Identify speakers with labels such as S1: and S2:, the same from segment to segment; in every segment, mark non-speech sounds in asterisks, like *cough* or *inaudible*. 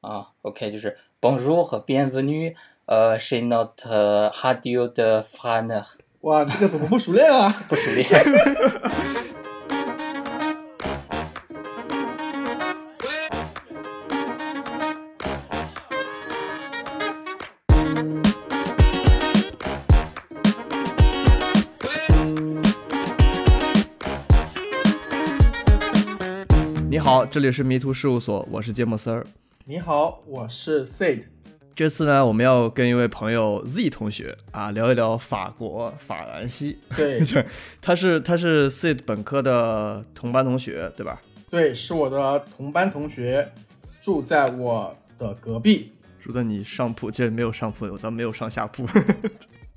S1: 啊，OK，就是 Bonjour 和 Bienvenue，呃，She not h a d you de f a n
S2: 哇，这个怎么不熟练啊？
S1: 不熟练。
S3: 你好，这里是迷途事务所，我是芥末丝儿。
S2: *laughs* 你好，我是 Sid。
S3: 这次呢，我们要跟一位朋友 Z 同学啊聊一聊法国法兰西。
S2: *laughs*
S3: *laughs*
S2: 对
S3: 他是他是 Sid 本科的同班同学，对吧？
S2: 对，是我的同班同学，住在我的隔壁。
S3: 住在你上铺，这没有上铺，咱没有上下铺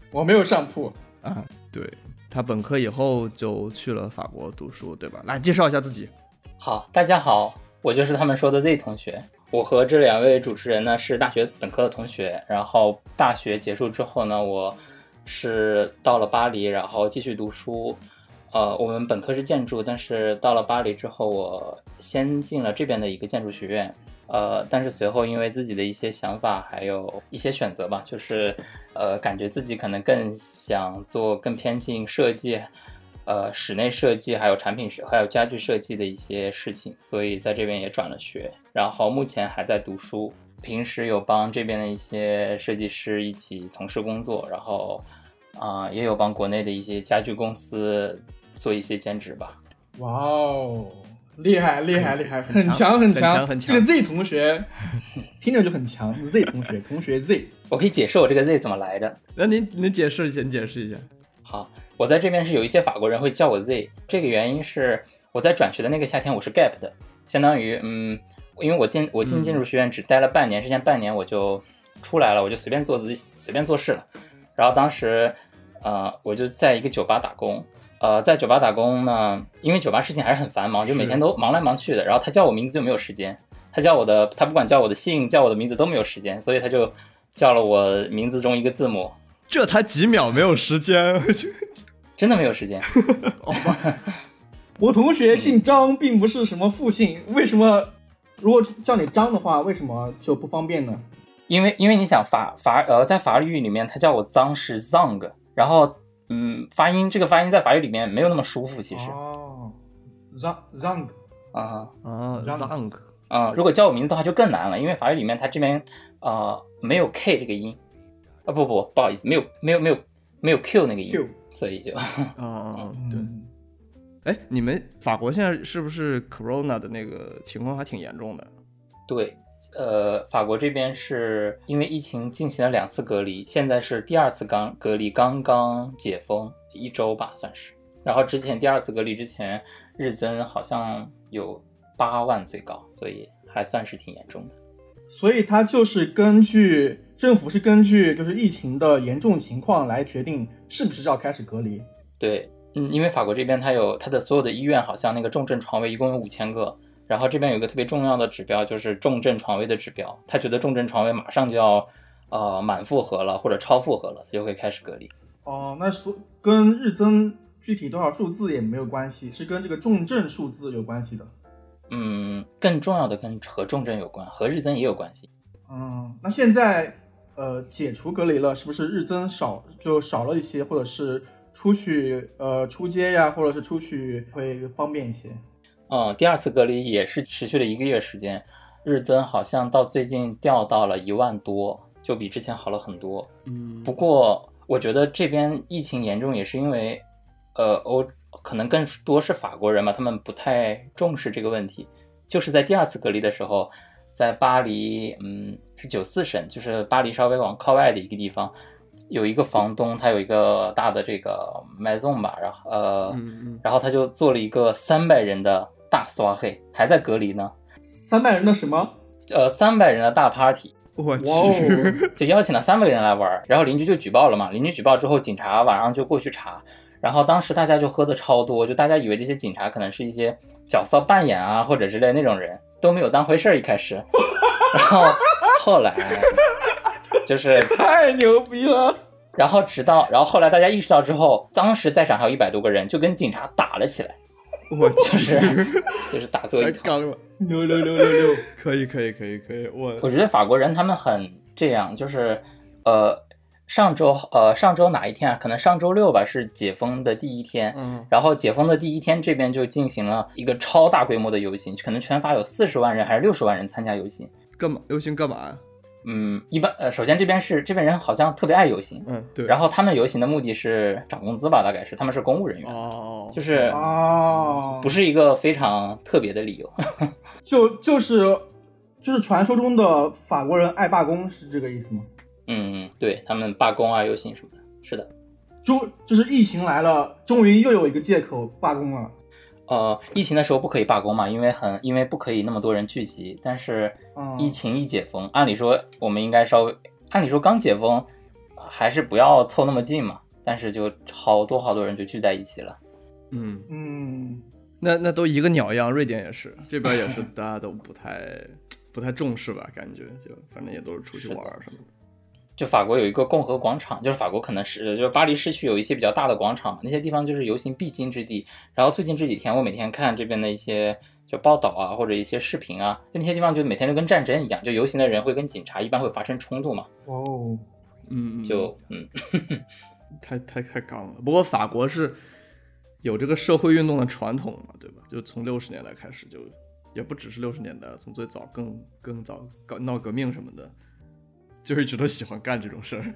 S2: 我没有上铺，
S3: 啊。 *laughs* 对他本科以后就去了法国读书，对吧？来介绍一下自己。
S1: 好，大家好，我就是他们说的 Z 同学。我和这两位主持人呢是大学本科的同学，然后大学结束之后呢，我是到了巴黎，然后继续读书。呃，我们本科是建筑，但是到了巴黎之后，我先进了这边的一个建筑学院。呃，但是随后因为自己的一些想法，还有一些选择吧，就是呃，感觉自己可能更想做更偏近设计，呃室内设计，还有产品设，还有家具设计的一些事情，所以在这边也转了学，然后目前还在读书，平时有帮这边的一些设计师一起从事工作，然后啊、也有帮国内的一些家具公司做一些兼职吧。
S2: 哇哦，厉害厉害厉害，
S3: 很
S2: 很强很
S3: 很强很
S2: 这
S3: 强
S2: 个 Z 同学 *laughs* 听着就很强，Z 同学，同学 Z。
S1: 我可以解释我这个 Z 怎么来的。
S3: 那您您解释一下，你解释一下。
S1: 好，我在这边是有一些法国人会叫我 Z，这个原因是我在转学的那个夏天我是 gap 的，相当于嗯，因为我进我进
S3: 嗯
S1: 建筑学院只待了半年，之前半年我就出来了，我就随便做自己随便做事了。然后当时呃，我就在一个酒吧打工。呃，在酒吧打工呢，因为酒吧事情还是很繁忙，就每
S3: 是
S1: 天都忙来忙去的。然后他叫我名字就没有时间，他叫我的，他不管叫我的姓、叫我的名字都没有时间，所以他就叫了我名字中一个字母，
S3: 这才几秒，没有时间。 *laughs*
S1: 真的没有时间。
S2: 我同学姓张，并不是什么复姓，为什么？如果叫你张的话，为什么就不方便呢？
S1: 因为因为你想法法呃，在法语里面，它叫我脏是 zang，然后嗯，发音这个发音在法语里面没有那么舒服，其实
S2: 哦，Zang Zang，
S1: 啊
S3: 啊
S2: Zank
S3: ，Zank，
S1: 啊、如果叫我名字的话就更难了，因为法语里面它这边呃没有 k 这个音啊，不不不好意思，没有没有没有没有 q 那个音
S2: Q
S1: 所以就
S3: 啊啊，对。
S2: 嗯
S3: 哎，你们法国现在是不是 corona 的那个情况还挺严重的？
S1: 对。呃，法国这边是因为疫情进行了两次隔离，现在是第二次刚隔离刚刚解封一周吧，算是。然后之前第二次隔离之前，日增好像有八万最高，所以还算是挺严重的。
S2: 所以它就是根据政府是根据就是疫情的严重情况来决定是不是要开始隔离。
S1: 对，嗯，因为法国这边它有它的所有的医院，好像那个重症床位一共有五千个。然后这边有一个特别重要的指标，就是重症床位的指标。他觉得重症床位马上就要，呃，满负荷了或者超负荷了，他就会开始隔离。
S2: 哦，那说跟日增具体多少数字也没有关系，是跟这个重症数字有关系的。
S1: 嗯，更重要的跟和重症有关，和日增也有关系。
S2: 嗯，那现在呃解除隔离了，是不是日增少就少了一些，或者是出去呃出街呀，或者是出去会方便一些？
S1: 嗯，第二次隔离也是持续了一个月时间，日增好像到最近掉到了一万多，就比之前好了很多。
S3: 嗯
S1: 不过我觉得这边疫情严重也是因为，呃，欧可能更多是法国人吧，他们不太重视这个问题。就是在第二次隔离的时候，在巴黎，嗯，是九四省，就是巴黎稍微往靠外的一个地方，有一个房东，他有一个大的这个 maison 吧，然后呃，
S3: 嗯
S1: 然后他就做了一个三百人的大 s o 黑，还在隔离呢，
S2: 三百人的什么？
S1: 呃，三百人的大 party，
S3: 嗯，我去
S2: 哇，哦！
S1: 就邀请了三百个人来玩儿，然后邻居就举报了嘛。邻居举报之后，警察晚上就过去查，然后当时大家就喝的超多，就大家以为这些警察可能是一些角色扮演啊或者之类那种人，都没有当回事儿一开始，然后后来就是，
S2: *laughs* 太牛逼了！ *laughs*
S1: 然后直到，然后后来大家意识到之后，当时在场还有一百多个人，就跟警察打了起来。
S3: 我
S1: 就
S3: 去，
S1: 是就是打作一
S3: 还
S1: 团。
S3: 刚了，
S2: 六六六六六，
S3: *laughs* 可以可以可以可以，我
S1: 我觉得法国人他们很这样，就是呃上周呃上周哪一天啊？可能上周六吧，是解封的第一天。
S3: 嗯
S1: 然后解封的第一天，这边就进行了一个超大规模的游行，可能全法有四十万人还是六十万人参加游行。
S3: 干嘛游行干嘛呀？
S1: 嗯，一般呃，首先这边是这边人好像特别爱游行，
S3: 嗯，对，
S1: 然后他们游行的目的是涨工资吧，大概是他们是公务人员，
S3: 哦，
S1: 就是是
S2: 哦，
S1: 不是一个非常特别的理由。 *laughs*
S2: 就就是就是传说中的法国人爱罢工是这个意思吗？
S1: 嗯，对他们罢工啊、游行什么的，是的。
S2: 终就是疫情来了，终于又有一个借口罢工了。
S1: 呃，疫情的时候不可以罢工嘛，因为很因为不可以那么多人聚集。但是
S2: 嗯
S1: 疫情一解封，按理说我们应该稍微，按理说刚解封，呃还是不要凑那么近嘛。但是就好多好多人就聚在一起了。
S3: 嗯，
S2: 嗯，
S3: 那那都一个鸟样，瑞典也是，这边也是大家都不太不太重视吧，感觉就反正也都是出去玩儿什么的。
S1: 就法国有一个共和广场，就是法国可能是就是巴黎市区有一些比较大的广场，那些地方就是游行必经之地。然后最近这几天，我每天看这边的一些就报道啊，或者一些视频啊，那些地方就每天都跟战争一样，就游行的人会跟警察一般会发生冲突嘛，
S2: 哦，
S3: 嗯，嗯
S1: 就嗯
S3: 太太太刚了。不过法国是有这个社会运动的传统嘛，对吧？就从六十年代开始就，也不只是六十年代，从最早更更早搞闹革命什么的，就一直都喜欢干这种事儿。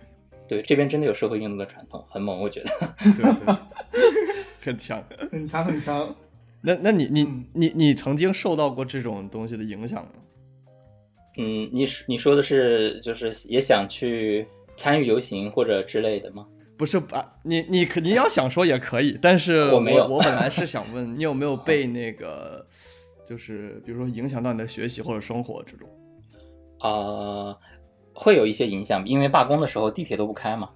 S1: 对，这边真的有社会运动的传统，很猛，我觉得。 *laughs*
S3: 对对， *laughs* 很强。
S2: 很强很强。
S3: 那那你你
S2: 嗯
S3: 你你曾经受到过这种东西的影响吗？
S1: 嗯，你是你说的是就是也想去参与游行或者之类的吗？
S3: 不是啊，你你可你要想说也可以，但是
S1: 我没有啊
S3: 我本来是想问你有没有被那个，就是比如说影响到你的学习或者生活这种。
S1: 啊、会有一些影响，因为罢工的时候地铁都不开嘛，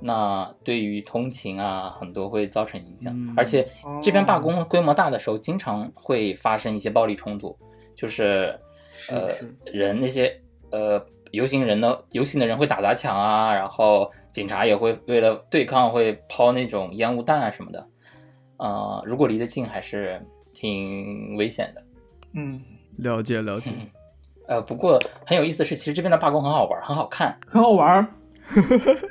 S1: 那对于通勤啊很多会造成影响，
S3: 嗯
S1: 而且
S2: 哦
S1: 这边罢工规模大的时候，经常会发生一些暴力冲突，就是
S3: 是
S1: 呃
S3: 是
S1: 人那些呃游行人呢，游行的人会打砸抢啊，然后警察也会为了对抗会抛那种烟雾弹啊什么的，呃，如果离得近还是挺危险的。
S2: 嗯，
S3: 了解了解，
S1: 呃，不过很有意思的是，其实这边的罢工很好玩，很好看，
S2: 很好玩儿，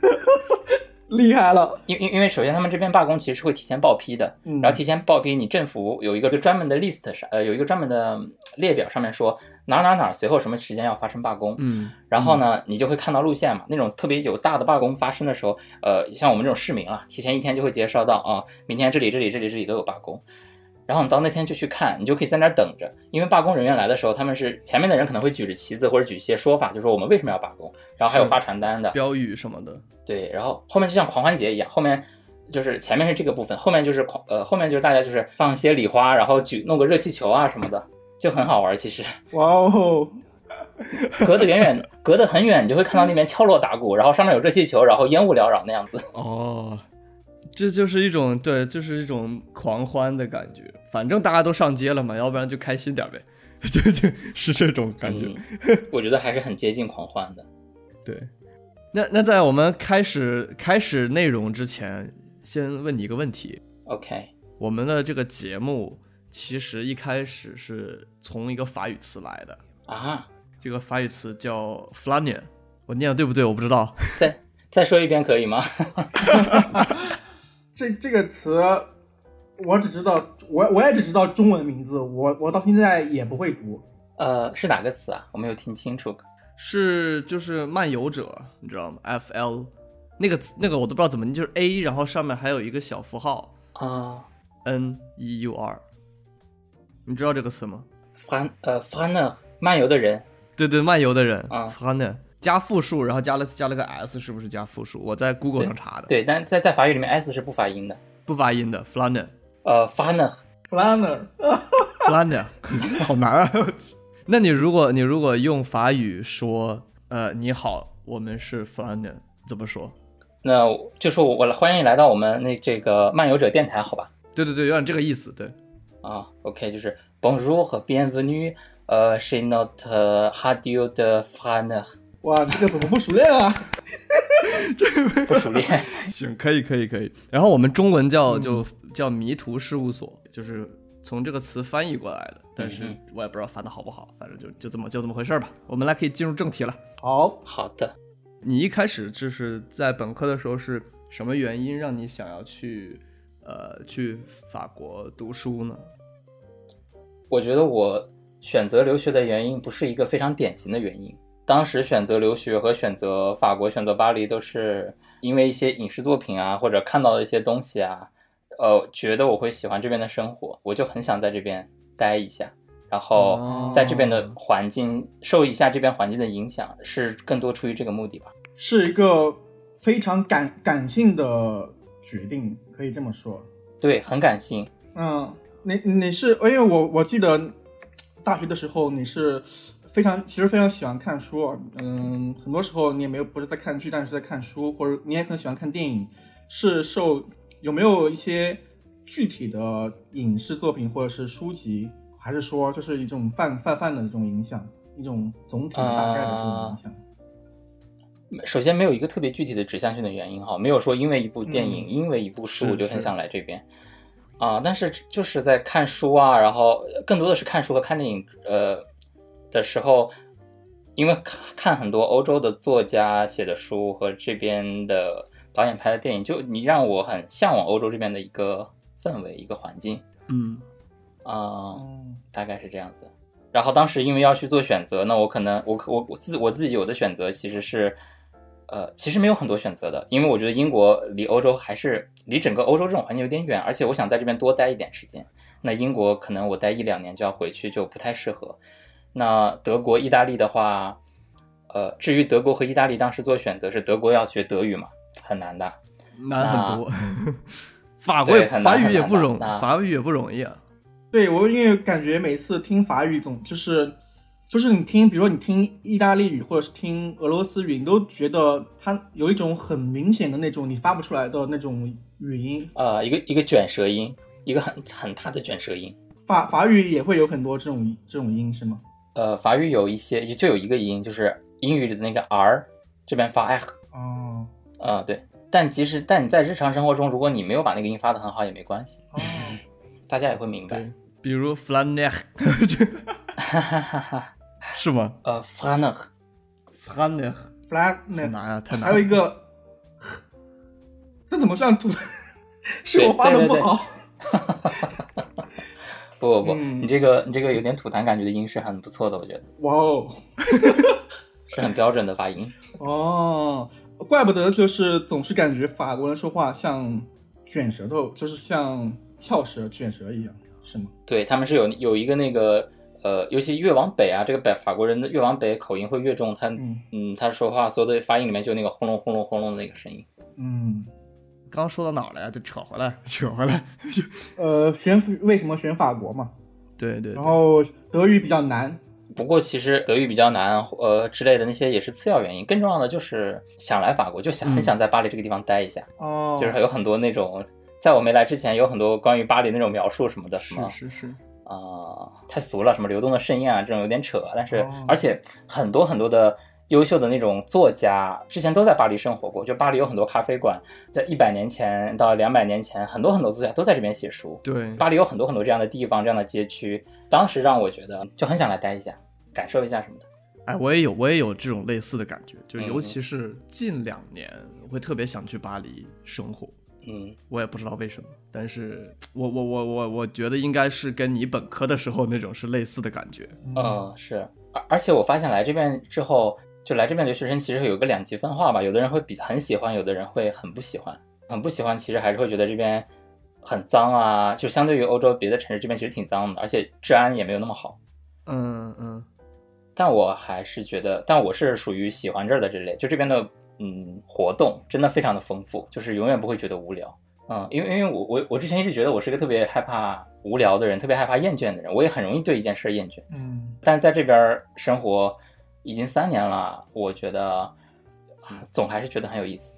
S2: *laughs* 厉害了。
S1: 因因因为首先他们这边罢工其实是会提前报批的，
S2: 嗯
S1: 然后提前报批，你政府有一个专门的 list 上，呃，有一个专门的嗯列表，上面说哪哪哪随后什么时间要发生罢工。
S3: 嗯，
S1: 然后呢，你就会看到路线嘛。那种特别有大的罢工发生的时候，呃，像我们这种市民啊，提前一天就会介绍到啊，明天这里、这里、这里、这里都有罢工。然后你到那天就去看，你就可以在那儿等着，因为罢工人员来的时候，他们是前面的人可能会举着旗子或者举一些说法，就说我们为什么要罢工，然后还有
S3: 是
S1: 发传单的，
S3: 标语什么的，
S1: 对，然后后面就像狂欢节一样，后面就是前面是这个部分，后面就是狂呃，后面就是大家就是放一些礼花，然后举弄个热气球啊什么的，就很好玩。其实
S2: 哇哦，
S1: 隔得远远，隔得很远，你就会看到那边敲锣打鼓，然后上面有热气球，然后烟雾缭绕那样子。
S3: 哦，这就是一种对，就是一种狂欢的感觉。反正大家都上街了嘛，要不然就开心点儿呗。 *laughs* 对对，是这种感觉。
S1: 嗯， *laughs* 我觉得还是很接近狂欢的。
S3: 对，那那在我们开始开始内容之前，先问你一个问题：
S1: OK，
S3: 我们的这个节目其实一开始是从一个法语词来的，
S1: 啊，
S3: 这个法语词叫 flanian，我念的对不对？我不知道。
S1: 再再说一遍可以吗？ *laughs*
S2: 这这个词，我只知道，我我也只知道中文名字，我我到现在也不会读。
S1: 呃，是哪个词啊？我没有听清楚。
S3: 是就是漫游者，你知道吗？F L 那个词那个我都不知道怎么念，就是 A，然后上面还有一个小符号
S1: 啊、
S3: N E U R，你知道这个词吗？
S1: 翻呃翻呢，漫游的人
S3: 对对，漫游的人
S1: 啊
S3: f a n e 加复数，然后加了加了个 s，是不是加复数？我在 Google 上查的，，
S1: 对，但在在法语里面 s 是不发音的。
S3: 不发音的 f l a n e
S1: 呃，发呢？
S2: Planner，
S3: f l a n e
S1: *laughs*
S3: 好难啊！我去 *laughs* 那你如果你如果用法语说，呃，你好，我们是 f l a n e 怎么说？
S1: 那我就说我我来欢迎来到我们那这个漫游者电台，好吧？
S3: 对对对，有点这个意思，对。
S1: 啊，OK，就是 Bonjour 和 Bienvenue，呃，chez notre radio de France，
S2: 哇，这个怎么不熟练啊？
S1: 不熟练。
S3: *laughs*
S1: 嗯
S3: 行，可以，可以，可以。然后我们中文叫就叫迷途事务所，就是从这个词翻译过来的，但是
S1: 嗯
S3: 我也不知道翻的好不好，反正就就这么就这么回事儿吧。我们来可以进入正题了。
S2: 好，
S1: 好的，
S3: 你一开始就是在本科的时候是什么原因让你想要去呃去法国读书呢？
S1: 我觉得我选择留学的原因不是一个非常典型的原因。当时选择留学和选择法国、选择巴黎，都是因为一些影视作品啊，或者看到的一些东西啊，呃，觉得我会喜欢这边的生活，我就很想在这边待一下，然后在这边的
S3: 哦
S1: 环境受一下这边环境的影响，是更多出于这个目的吧。
S2: 是一个非常感感性的决定，可以这么说。
S1: 对，很感性。
S2: 嗯，你你是，因为我我记得大学的时候你是非常其实非常喜欢看书啊，嗯，很多时候你也没有不是在看剧，但是在看书，或者你也很喜欢看电影，是受有没有一些具体的影视作品或者是书籍，还是说就是一种泛泛泛的这种影响，一种总体的大概的这种影响？
S1: 首先没有一个特别具体的指向性的原因哈，没有说因为一部电影、
S2: 嗯
S1: 因为一部书
S3: 是
S1: 我就很
S3: 是
S1: 想来这边啊、但是就是在看书啊，然后更多的是看书和看电影，呃的时候，因为看看很多欧洲的作家写的书和这边的导演拍的电影，就你让我很向往欧洲这边的一个氛围、一个环境
S3: 嗯，
S1: 啊、
S2: 嗯
S1: 大概是这样子。然后当时因为要去做选择，那我可能我我我自我自己有的选择其实是，呃，其实没有很多选择的，因为我觉得英国离欧洲还是离整个欧洲这种环境有点远，而且我想在这边多待一点时间。那英国可能我待一两年就要回去，就不太适合。那德国、意大利的话，呃，至于德国和意大利当时做选择是德国要学德语嘛，很难的。
S3: 难很多。法国也
S1: 对很
S3: 法
S1: 难
S3: 语也不
S1: 很难
S3: 容
S1: 那
S3: 法语也不容易啊。
S2: 对我，因为感觉每次听法语总就是，就是你听，比如说你听意大利语或者是听俄罗斯语，你都觉得它有一种很明显的那种你发不出来的那种语音。
S1: 呃，一个一个卷舌音，一个很很大的卷舌音。
S2: 法法语也会有很多这种这种音是吗？
S1: 呃，法语有一些就有一个音，就是英语里的那个 r，这边发 r，
S2: 哦，
S1: 呃，对。但即使但你在日常生活中，如果你没有把那个音发的很好也没关系，
S3: *laughs*
S2: 哦，
S1: 大家也会明白
S3: 对。，比如 f l a n e r
S1: 哈哈哈哈。
S3: 是吗
S1: 呃 f r a n e r
S3: f l a n e r
S2: 弗拉
S3: *laughs* 太
S2: 那
S3: 难啊，太难
S2: 还有
S3: 了。
S2: 一个， *laughs* 那怎么算土？ *laughs* 是我发的不好。
S1: *laughs* 不不不，
S2: 嗯
S1: 你这个你这个有点吐痰感觉的音是很不错的，我觉得
S2: 哇
S3: *laughs*
S2: 哦！
S1: 是很标准的发音。
S2: 哦，怪不得就是总是感觉法国人说话像卷舌头，就是像翘舌、卷舌一样，是吗？
S1: 对他们是有有一个那个呃，尤其越往北啊，这个北法国人的越往北口音会越重，他
S2: 嗯
S1: 嗯他说话所有的发音里面就那个轰隆轰隆轰隆的那个声音。
S2: 嗯，
S3: 刚说到哪儿了呀？就扯回来，扯回来。
S2: 呃，选为什么选法国嘛？
S3: 对对
S2: 然后德语比较难，
S1: 不过其实德语比较难，呃之类的那些也是次要原因，更重要的就是想来法国，就想
S3: 嗯
S1: 很想在巴黎这个地方待一下，
S2: 哦，
S1: 就是有很多那种，在我没来之前有很多关于巴黎那种描述什么的，
S3: 对，
S1: 什么
S3: 是是是，
S1: 啊、呃太俗了，什么流动的盛宴啊这种有点扯，但是、
S2: 哦
S1: 而且很多很多的。优秀的那种作家之前都在巴黎生活过，就巴黎有很多咖啡馆，在一百年前到两百年前，很多很多作家都在这边写书。
S3: 对，
S1: 巴黎有很多很多这样的地方，这样的街区，当时让我觉得就很想来待一下，感受一下什么的。
S3: 哎，我也有，我也有这种类似的感觉，就
S1: 嗯
S3: 尤其是近两年，我会特别想去巴黎生活。
S1: 嗯，
S3: 我也不知道为什么，但是我我我我我觉得应该是跟你本科的时候那种是类似的感觉。
S2: 嗯，
S1: 嗯，是，而而且我发现来这边之后，就来这边留学生其实有个两极分化吧，有的人会比很喜欢，有的人会很不喜欢。很不喜欢，其实还是会觉得这边很脏啊，就相对于欧洲别的城市，这边其实挺脏的，而且治安也没有那么好。
S3: 嗯嗯，
S1: 但我还是觉得，但我是属于喜欢这儿的这类，就这边的嗯活动真的非常的丰富，就是永远不会觉得无聊。嗯，因为因为我我我之前一直觉得我是一个特别害怕无聊的人，特别害怕厌倦的人，我也很容易对一件事儿厌倦。
S2: 嗯，
S1: 但是在这边儿生活已经三年了，我觉得啊总还是觉得很有意思。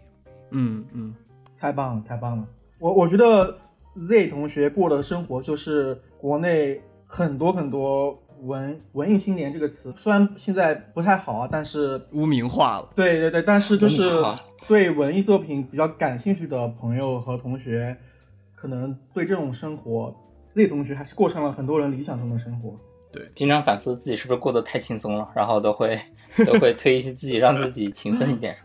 S3: 嗯嗯，
S2: 太棒了，太棒了。我我觉得 Z 同学过的生活就是国内很多很多文文艺青年这个词，虽然现在不太好啊，但是
S3: 污名化了。
S2: 对对对，但是就是
S1: 文艺化
S2: 对文艺作品比较感兴趣的朋友和同学，可能对这种生活 Z 同学还是过上了很多人理想中的生
S3: *laughs*
S2: 活。
S1: 平常反思自己是不是过得太轻松了，然后都会都会推一些自己让自己勤奋一点。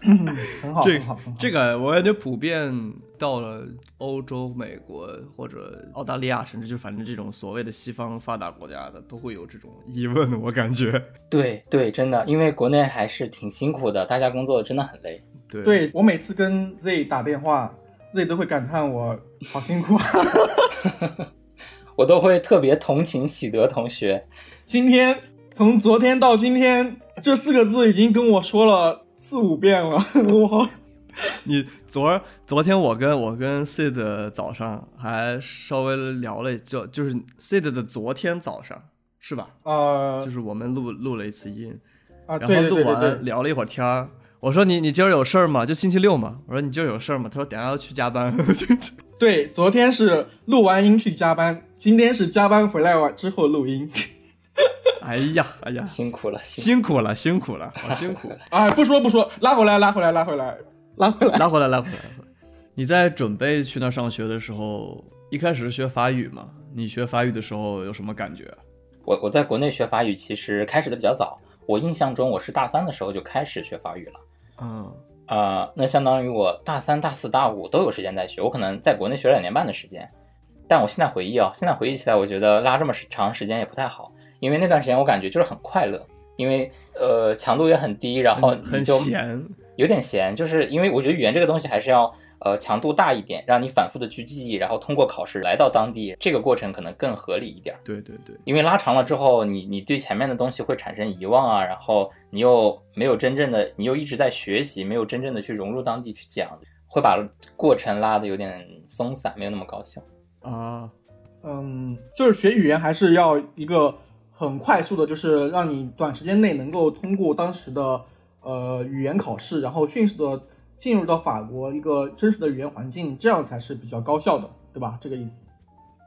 S2: 很好，
S3: 这
S2: 很好，很好。
S3: 这个我感觉普遍到了欧洲、美国或者澳大利亚，甚至就反正这种所谓的西方发达国家的，都会有这种疑问。我
S2: *laughs*
S3: 感觉，
S1: 对对，真的，因为国内还是挺辛苦的，大家工作真的很累。
S3: 对
S2: 对我每次跟 Z 打电话，Z 都会感叹我好辛苦啊。 *laughs*
S1: 我都会特别同情喜德同学，
S2: 今天从昨天到今天，这四个字已经跟我说了四五遍了， *laughs* 我好
S3: 你昨儿昨天我跟我跟 Sid 早上还稍微聊了，就就是 Sid 的昨天早上是吧？
S2: 呃
S3: 就是我们录录了一次音，
S2: 啊，
S3: 然
S2: 对
S3: 后
S2: 对
S3: 录
S2: 对对
S3: 完
S2: 对，
S3: 聊了一会儿天儿。我说你你今儿有事儿吗？就星期六嘛。我说你今儿有事儿吗？他说等下要去加班。 *laughs*
S2: 对，昨天是录完音去加班，今天是加班回来完之后录音。
S3: 哎呀哎呀，
S1: 辛苦了，辛苦
S3: 辛苦了辛苦了，好辛苦。
S2: 啊，不说不说，拉回来，拉回来，拉回来，拉回来。
S3: *laughs* 拉回来，拉回来。拉回来你在准备去那儿上学的时候，一开始是学法语嘛？你学法语的时候有什么感觉？
S1: 我我在国内学法语其实开始的比较早，我印象中我是大三的时候就开始学法语了。
S3: 嗯，
S1: 呃，那相当于我大三、大四、大五都有时间在学，我可能在国内学了两年半的时间。但我现在回忆啊，现在回忆起来，我觉得拉这么时长时间也不太好，因为那段时间我感觉就是很快乐，因为呃强度也很低，然后
S3: 很很
S1: 你就
S3: 闲，
S1: 有点闲，就是因为我觉得语言这个东西还是要呃强度大一点，让你反复的去记忆，然后通过考试来到当地，这个过程可能更合理一点。
S3: 对对对，
S1: 因为拉长了之后，你你对前面的东西会产生遗忘啊，然后你又没有真正的，你又一直在学习，没有真正的去融入当地去讲，会把过程拉的有点松散，没有那么高效。
S3: 啊，
S2: 嗯，就是学语言还是要一个很快速的，就是让你短时间内能够通过当时的呃语言考试，然后迅速的进入到法国一个真实的语言环境，这样才是比较高效的，对吧？这个意思。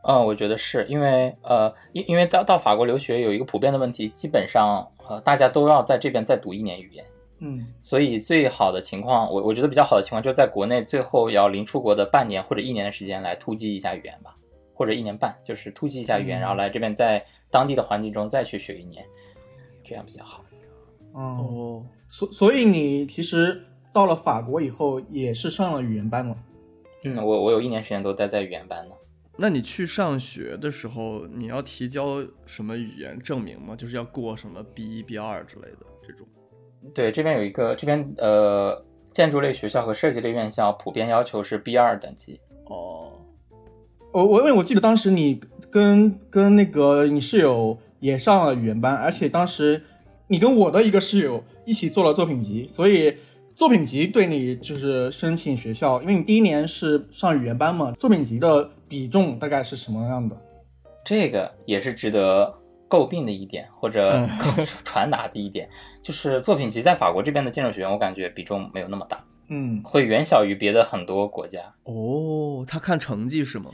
S1: 嗯，我觉得是因为呃，因因为到到法国留学有一个普遍的问题，基本上呃大家都要在这边再读一年语言，
S2: 嗯，
S1: 所以最好的情况，我我觉得比较好的情况就是在国内最后要临出国的半年或者一年的时间来突击一下语言吧，或者一年半，就是突击一下语言，
S2: 嗯
S1: 然后来这边在当地的环境中再去学一年，这样比较好。
S2: 哦，
S3: 哦，
S2: 所所以你其实到了法国以后也是上了语言班了。
S1: 嗯，我我有一年时间都待在语言班呢。
S3: 那你去上学的时候，你要提交什么语言证明吗？就是要过什么 B 一、B 二之类的这种。
S1: 对，这边有一个，这边呃建筑类学校和设计类院校普遍要求是 B 二等级。
S3: 哦，
S2: 呃我我因为我记得当时你跟跟那个你室友也上了语言班，而且当时你跟我的一个室友一起做了作品集，所以作品集对你就是申请学校，因为你第一年是上语言班嘛，作品集的比重大概是什么样的？
S1: 这个也是值得诟病的一点，或者
S3: 嗯
S1: *laughs* 传达的一点，就是作品集在法国这边的建筑学院，我感觉比重没有那么大。
S2: 嗯，
S1: 会远小于别的很多国家。
S3: 哦，他看成绩是吗？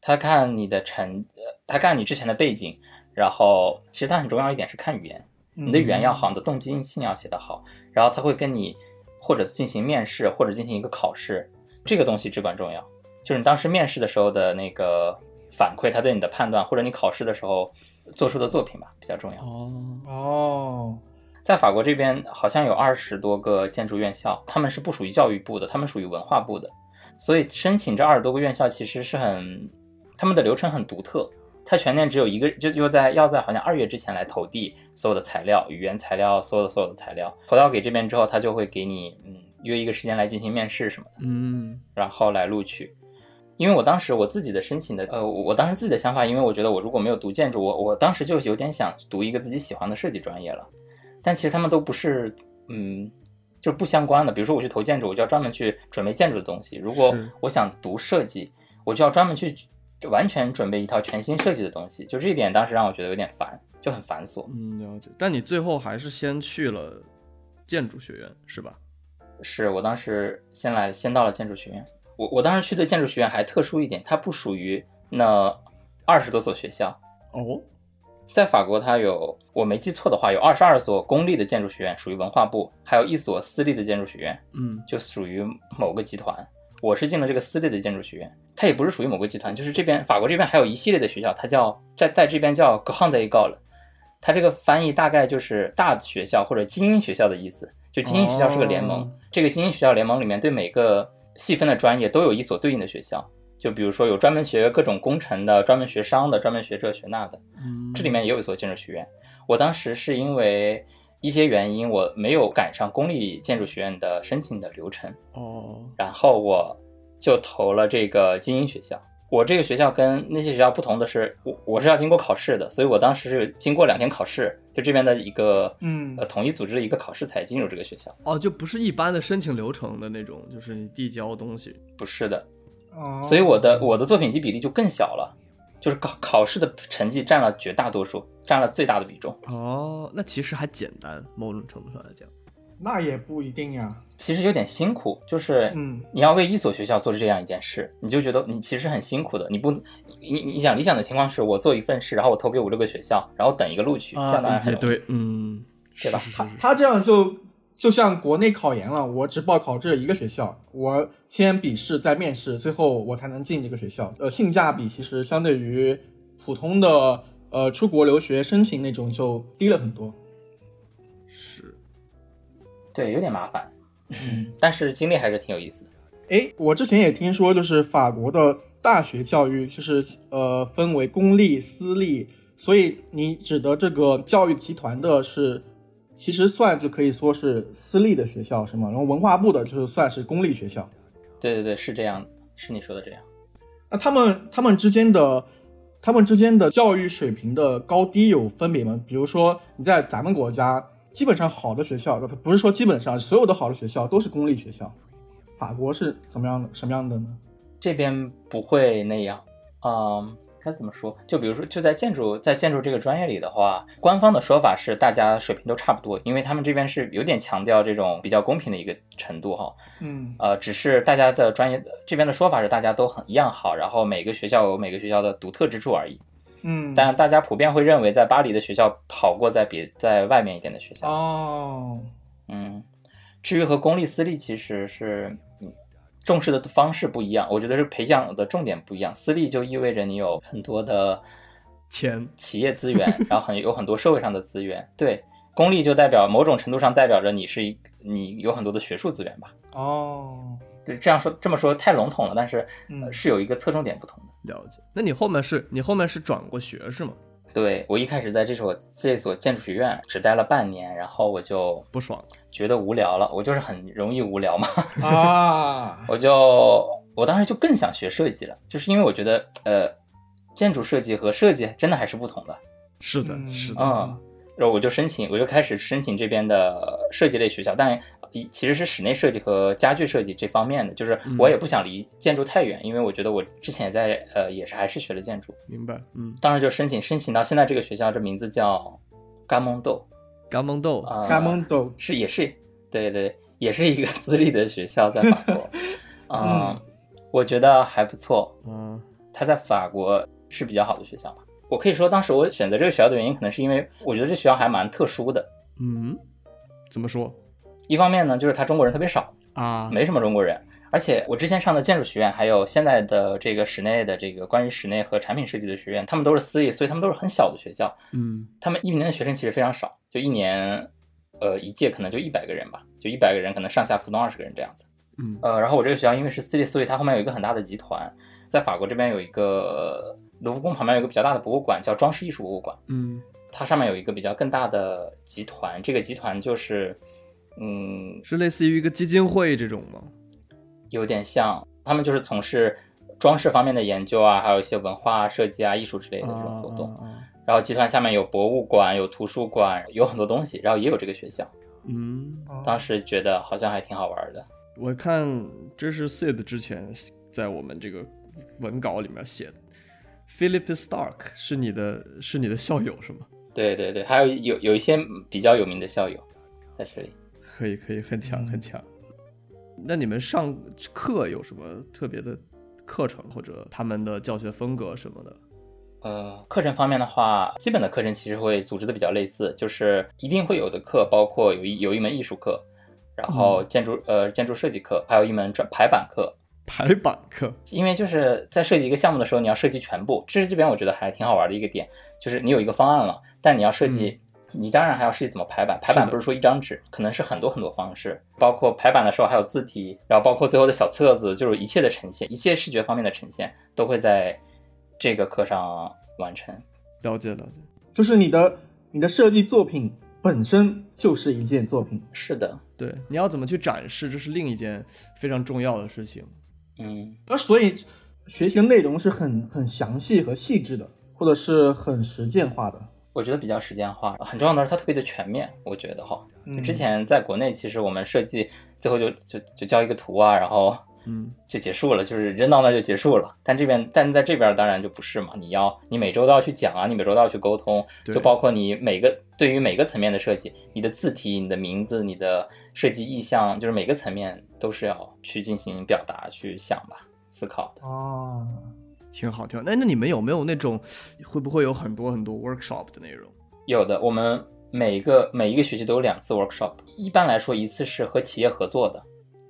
S1: 他看你的成，呃他看你之前的背景，然后其实他很重要一点是看语言，你的语
S2: 嗯
S1: 言要好，你的动机性要写得好，然后他会跟你或者进行面试，或者进行一个考试，这个东西至关重要。就是你当时面试的时候的那个反馈，他对你的判断，或者你考试的时候做出的作品吧，比较重要。
S3: 哦，
S2: 哦，
S1: 在法国这边好像有二十多个建筑院校，他们是不属于教育部的，他们属于文化部的，所以申请这二十多个院校其实是很，他们的流程很独特，它全年只有一个，就就在要在好像二月之前来投递所有的材料、语言材料，所有的所有的材料，投到给这边之后，他就会给你嗯约一个时间来进行面试什么的。
S3: 嗯，
S1: 然后来录取。因为我当时我自己的申请的，呃，我我当时自己的想法，因为我觉得我如果没有读建筑，我我当时就有点想读一个自己喜欢的设计专业了，但其实他们都不是，嗯，就是不相关的。比如说我去投建筑，我就要专门去准备建筑的东西；如果
S3: 是
S1: 我想读设计，我就要专门去完全准备一套全新设计的东西。就这一点，当时让我觉得有点烦，就很繁琐。
S3: 嗯，了解。但你最后还是先去了建筑学院是吧？
S1: 是我当时先来先到了建筑学院，我我当时去的建筑学院还特殊一点，它不属于那二十多所学校，
S3: 哦，
S1: 在法国它有我没记错的话有二十二所公立的建筑学院属于文化部，还有一所私立的建筑学院
S3: 嗯，
S1: 就属于某个集团。我是进了这个私立的建筑学院，它也不是属于某个集团，就是这边法国这边还有一系列的学校，它叫在在这边叫 Grande École，它这个翻译大概就是大的学校或者精英学校的意思。就精英学校是个联盟，
S3: 哦
S1: 这个精英学校联盟里面对每个细分的专业都有一所对应的学校，就比如说有专门学各种工程的，专门学商的，专门学这学那的。
S3: 嗯
S1: 这里面也有一所建筑学院。我当时是因为一些原因，我没有赶上公立建筑学院的申请的流程，
S3: 哦，
S1: 然后我就投了这个精英学校。我这个学校跟那些学校不同的是，我我是要经过考试的，所以我当时是经过两天考试，就这边的一个
S2: 嗯
S1: 呃统一组织的一个考试才进入这个学校。
S3: 哦，就不是一般的申请流程的那种，就是你递交东西。
S1: 不是的，
S2: 哦，
S1: 所以我的我的作品集比例就更小了，就是考考试的成绩占了绝大多数，占了最大的比重。
S3: 哦，那其实还简单，某种程度上来讲。
S2: 那也不一定呀。
S1: 其实有点辛苦，就是
S2: 嗯
S1: 你要为一所学校做这样一件事，你就觉得你其实很辛苦的。你不，你你想理想的情况是我做一份事，然后我投给五六个学校，然后等一个录取，这样当然很
S3: 啊
S1: 容
S3: 也
S1: 易。
S3: 对，嗯，
S1: 对吧
S3: 是是是
S2: 他
S3: 是
S2: 他这样就就像国内考研了，我只报考这一个学校，我先笔试再面试，最后我才能进这个学校。呃，性价比其实相对于普通的呃出国留学申请那种就低了很多。
S3: 是
S1: 对，有点麻烦，但是经历还是挺有意思的。
S2: 诶，我之前也听说，就是法国的大学教育就是呃分为公立、私立，所以你指的这个教育集团的是，其实算就可以说是私立的学校是吗？然后文化部的就是算是公立学校。
S1: 对对对，是这样的，是你说的这样。
S2: 那他们他们之间的，他们之间的教育水平的高低有分别吗？比如说你在咱们国家，基本上好的学校，不不是说基本上所有的好的学校都是公立学校，法国是怎么样的什么样的呢？
S1: 这边不会那样，嗯，该怎么说？就比如说，就在建筑在建筑这个专业里的话，官方的说法是大家水平都差不多，因为他们这边是有点强调这种比较公平的一个程度哈、
S2: 嗯
S1: 呃，只是大家的专业这边的说法是大家都很一样好，然后每个学校有每个学校的独特之处而已。
S2: 嗯
S1: 但大家普遍会认为，在巴黎的学校好过在别在外面一点的学校。
S2: 哦，
S1: 嗯，至于和公立私立其实是嗯重视的方式不一样，我觉得是培养的重点不一样。私立就意味着你有很多的
S3: 钱
S1: 企业资源，然后很有很多社会上的资源。对，公立就代表某种程度上代表着你是一你有很多的学术资源吧。
S2: 哦，
S1: 对，这样说这么说太笼统了，但是、
S2: 嗯
S1: 呃是有一个侧重点不同的。
S3: 了解。那你后面是你后面是转过学是吗？
S1: 对我一开始在这所这所建筑学院只待了半年，然后我就
S3: 不爽，
S1: 觉得无聊了，我就是很容易无聊嘛，
S2: 啊，
S1: 我就我当时就更想学设计了，就是因为我觉得呃，建筑设计和设计真的还是不同的。
S3: 是的，
S2: 嗯
S3: 是的，
S1: 嗯，然后我就申请，我就开始申请这边的设计类学校，但一其实是室内设计和家具设计这方面的，就是我也不想离建筑太远，因为我觉得我之前也在呃也是还是学了建筑，
S3: 明白。嗯，
S1: 当时就申请，申请到现在这个学校，这名字叫甘蒙豆
S3: 嘎蒙豆，
S1: 啊，
S2: 加蒙豆，
S1: 是也是对对，也是一个 *laughs* 私立的学校，在法 *laughs* 国，嗯，我觉得还不错，
S3: 嗯，
S1: 它在法国是比较好的学校吧。我可以说，当时我选择这个学校的原因，可能是因为我觉得这学校还蛮特殊的。
S3: 嗯，怎么说
S1: 一方面呢，就是它中国人特别少，
S3: 啊？
S1: 没什么中国人。而且我之前上的建筑学院，还有现在的这个室内的这个关于室内和产品设计的学院，他们都是私立，所以他们都是很小的学校。
S3: 嗯，
S1: 他们一年的学生其实非常少，就一年，呃，一届可能就一百个人吧，就一百个人，可能上下浮动二十个人这样子。
S3: 嗯
S1: 呃，然后我这个学校因为是私立，所以它后面有一个很大的集团，在法国这边有一个卢浮宫旁边有一个比较大的博物馆，叫装饰艺术博物馆。
S3: 嗯，
S1: 它上面有一个比较更大的集团，这个集团就是，嗯，
S3: 是类似于一个基金会这种吗？
S1: 有点像他们就是从事装饰方面的研究啊，还有一些文化设计啊、艺术之类的这种活动。
S3: 啊啊啊
S1: 然后集团下面有博物馆、有图书馆，有很多东西，然后也有这个学校。
S3: 嗯，
S1: 当
S2: 啊
S1: 时觉得好像还挺好玩的。
S3: 我看这是 Sid 之前在我们这个文稿里面写的。Philip Stark 是你的是你的校友是吗？
S1: 对对对，还有有有一些比较有名的校友在这里。
S3: 可以可以，很强
S2: 嗯
S3: 很强。那你们上课有什么特别的课程或者他们的教学风格什么的？
S1: 呃，课程方面的话，基本的课程其实会组织的比较类似，就是一定会有的课，包括
S3: 嗯
S1: 有一有一门艺术课，然后建筑、呃建筑设计课，还有一门专排版课，
S3: 排版课，
S1: 因为就是在设计一个项目的时候，你要设计全部。这是这边我觉得还挺好玩的一个点，就是你有一个方案了，但你要设计，你当然还要设计怎么排版。排版
S3: 嗯是
S1: 不
S3: 的
S1: 是说一张纸，可能是很多很多方式，包括排版的时候还有字体，然后包括最后的小册子，就是一切的呈现，一切视觉方面的呈现都会在这个课上完成。
S3: 了解了解。
S2: 就是你的你的设计作品本身就是一件作品。
S1: 是的，
S3: 对，你要怎么去展示，这是另一件非常重要的事情。
S1: 嗯，
S2: 而所以学习的内容是很很详细和细致的，或者是很实践化的。
S1: 我觉得比较时间化，很重要的是它特别的全面，我觉得哈。
S2: 嗯
S1: 之前在国内，其实我们设计最后就就就交一个图啊，然后
S3: 嗯，
S1: 就结束了，就是扔到那儿就结束了。但这边，但在这边当然就不是嘛，你要你每周都要去讲啊，你每周都要去沟通，
S3: 对
S1: 就包括你每个对于每个层面的设计，你的字体、你的名字、你的设计意向，就是每个层面都是要去进行表达、去想吧、思考的。
S2: 啊，
S3: 挺好，挺好。那那你们有没有那种会不会有很多很多 workshop 的内容？
S1: 有的，我们每一个每一个学期都有两次 workshop，一般来说一次是和企业合作的，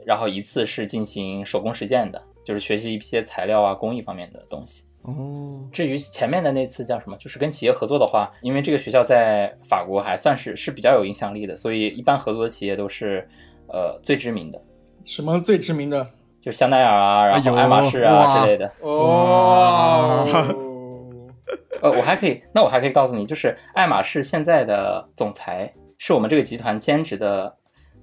S1: 然后一次是进行手工实践的，就是学习一些材料啊、工艺方面的东西。
S3: 哦，
S1: 至于前面的那次叫什么，就是跟企业合作的话，因为这个学校在法国还算是是比较有影响力的，所以一般合作的企业都是，呃，最知名的，
S2: 什么最知名的？
S1: 就香奈儿啊，然后
S3: 哎呦
S1: 爱马仕啊
S3: 哇
S1: 之类的。
S3: 哇
S2: 哦，
S1: 呃，我还可以，那我还可以告诉你，就是爱马仕现在的总裁是我们这个集团兼职的，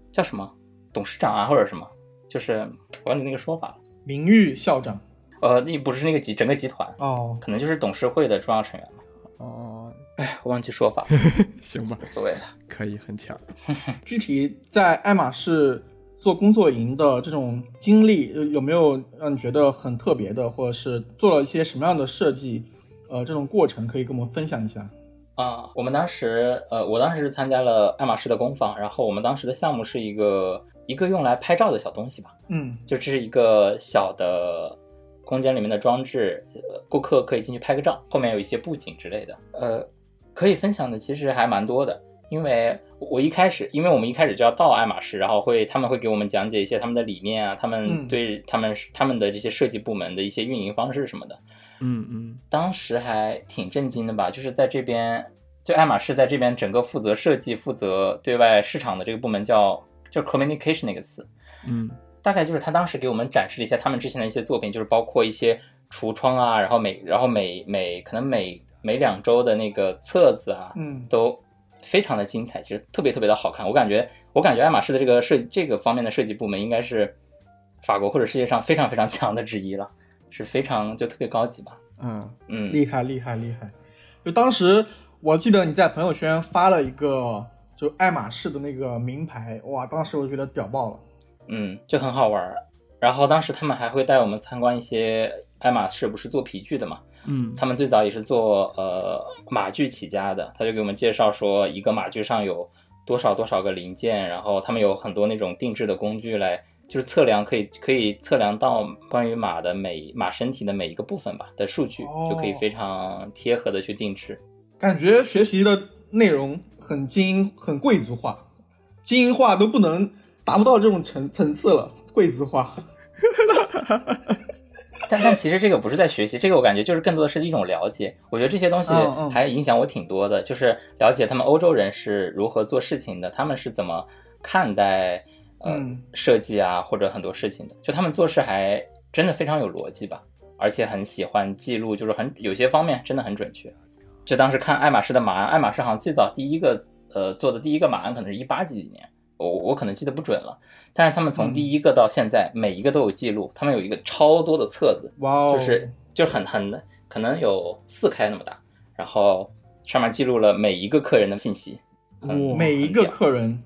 S1: 叫什么董事长啊，或者什么，就是我忘记那个说法了。
S2: *laughs* 名誉校长
S1: 呃，那不是那个集整个集团，
S2: 哦，
S1: 可能就是董事会的重要成员嘛。
S3: 哦，
S1: 哎，我忘记说法了，
S3: 行吧
S1: 无，所谓了。
S3: 可以，很强。
S2: 具体在爱马仕做工作营的这种经历，呃有没有让你觉得很特别的，或者是做了一些什么样的设计？呃，这种过程可以跟我们分享一下。
S1: 啊、我们当时，呃，我当时是参加了爱马仕的工坊，然后我们当时的项目是一个一个用来拍照的小东西吧，
S2: 嗯，
S1: 就这是一个小的空间里面的装置，呃，顾客可以进去拍个照，后面有一些布景之类的，呃，可以分享的其实还蛮多的，因为我一开始，因为我们一开始就要到爱马仕，然后会他们会给我们讲解一些他们的理念啊，他
S2: 嗯
S1: 们对他们他们的这些设计部门的一些运营方式什么的，
S3: 嗯嗯，
S1: 当时还挺震惊的吧，就是在这边，就爱马仕在这边整个负责设计、负责对外市场的这个部门叫就是 communication 那个词，
S3: 嗯，
S1: 大概就是他当时给我们展示了一下他们之前的一些作品，就是包括一些橱窗啊，然后每然后每每可能每每两周的那个册子啊，
S2: 嗯
S1: 都非常的精彩，其实特别特别的好看。我感觉我感觉爱马仕的这个设计这个方面的设计部门应该是法国或者世界上非常非常强的之一了，是非常就特别高级吧，
S3: 嗯，
S1: 嗯。
S2: 厉害厉害厉害！就当时我记得你在朋友圈发了一个就爱马仕的那个名牌，哇，当时我就觉得屌爆了。
S1: 嗯，就很好玩儿。然后当时他们还会带我们参观一些爱马仕不是做皮具的嘛，
S3: 嗯，
S1: 他们最早也是做呃马具起家的，他就给我们介绍说一个马具上有多少多少个零件，然后他们有很多那种定制的工具来。就是测量可以可以测量到关于马的每马身体的每一个部分吧的数据，
S2: 哦
S1: 就可以非常贴合的去定制。
S2: 感觉学习的内容很精英，很贵族化，精英化都不能达不到这种层层次了，贵族化。
S1: 但但其实这个不是在学习，这个我感觉就是更多的是一种了解。我觉得这些东西
S2: 嗯嗯
S1: 还影响我挺多的，就是了解他们欧洲人是如何做事情的，他们是怎么看待呃、
S2: 嗯
S1: 设计啊或者很多事情的，就他们做事还真的非常有逻辑吧，而且很喜欢记录，就是很有些方面真的很准确。就当时看爱马仕的马鞍，爱马仕好像最早第一个呃做的第一个马鞍可能是一八几几年，我我可能记得不准了，但是他们
S2: 嗯
S1: 从第一个到现在、每一个都有记录，他们有一个超多的册子，
S2: 哇哦，
S1: 就是就是很很可能有四开那么大，然后上面记录了每一个客人的信息，很
S3: 哇
S2: 哦每一个
S1: 很屌
S2: 客人，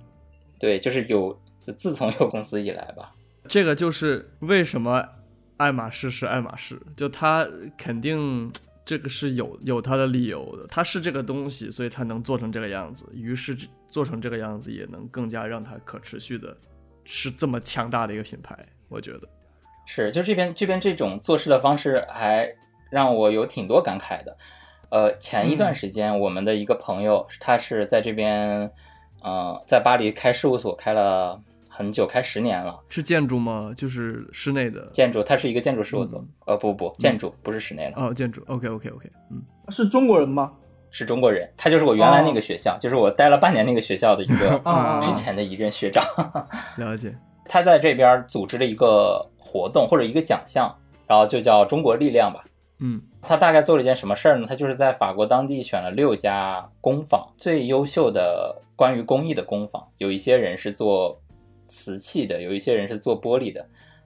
S1: 对，就是有就自从有公司以来吧，
S3: 这个就是为什么爱马仕是爱马仕，就它肯定这个是有有它的理由的，它是这个东西，所以它能做成这个样子，于是这做成这个样子也能更加让它可持续的，是这么强大的一个品牌，我觉得。
S1: 是就这边这边这种做事的方式还让我有挺多感慨的，呃，前一
S2: 嗯
S1: 段时间我们的一个朋友、他是在这边，呃，在巴黎开事务所开了很很久，开十年了。
S3: 是建筑吗？就是室内的
S1: 建筑，它是一个建筑事务所。
S2: 嗯
S1: 呃，不不，建筑不是室内的，
S3: 哦，建筑。OK OK OK，嗯，
S2: 是中国人吗？
S1: 是中国人。他就是我原来那个学校，就是我待了半年那个学校的一个
S2: 啊
S1: 之前的一任学长。
S3: 了解。
S1: 他在这边组织了一个活动或者一个奖项，然后就叫“中国力量”吧。
S3: 嗯
S1: 他大概做了一件什么事儿呢？他就是在法国当地选了六家工坊，最优秀的关于工艺的工坊，有一些人是做瓷器的，有一些人是做玻璃的，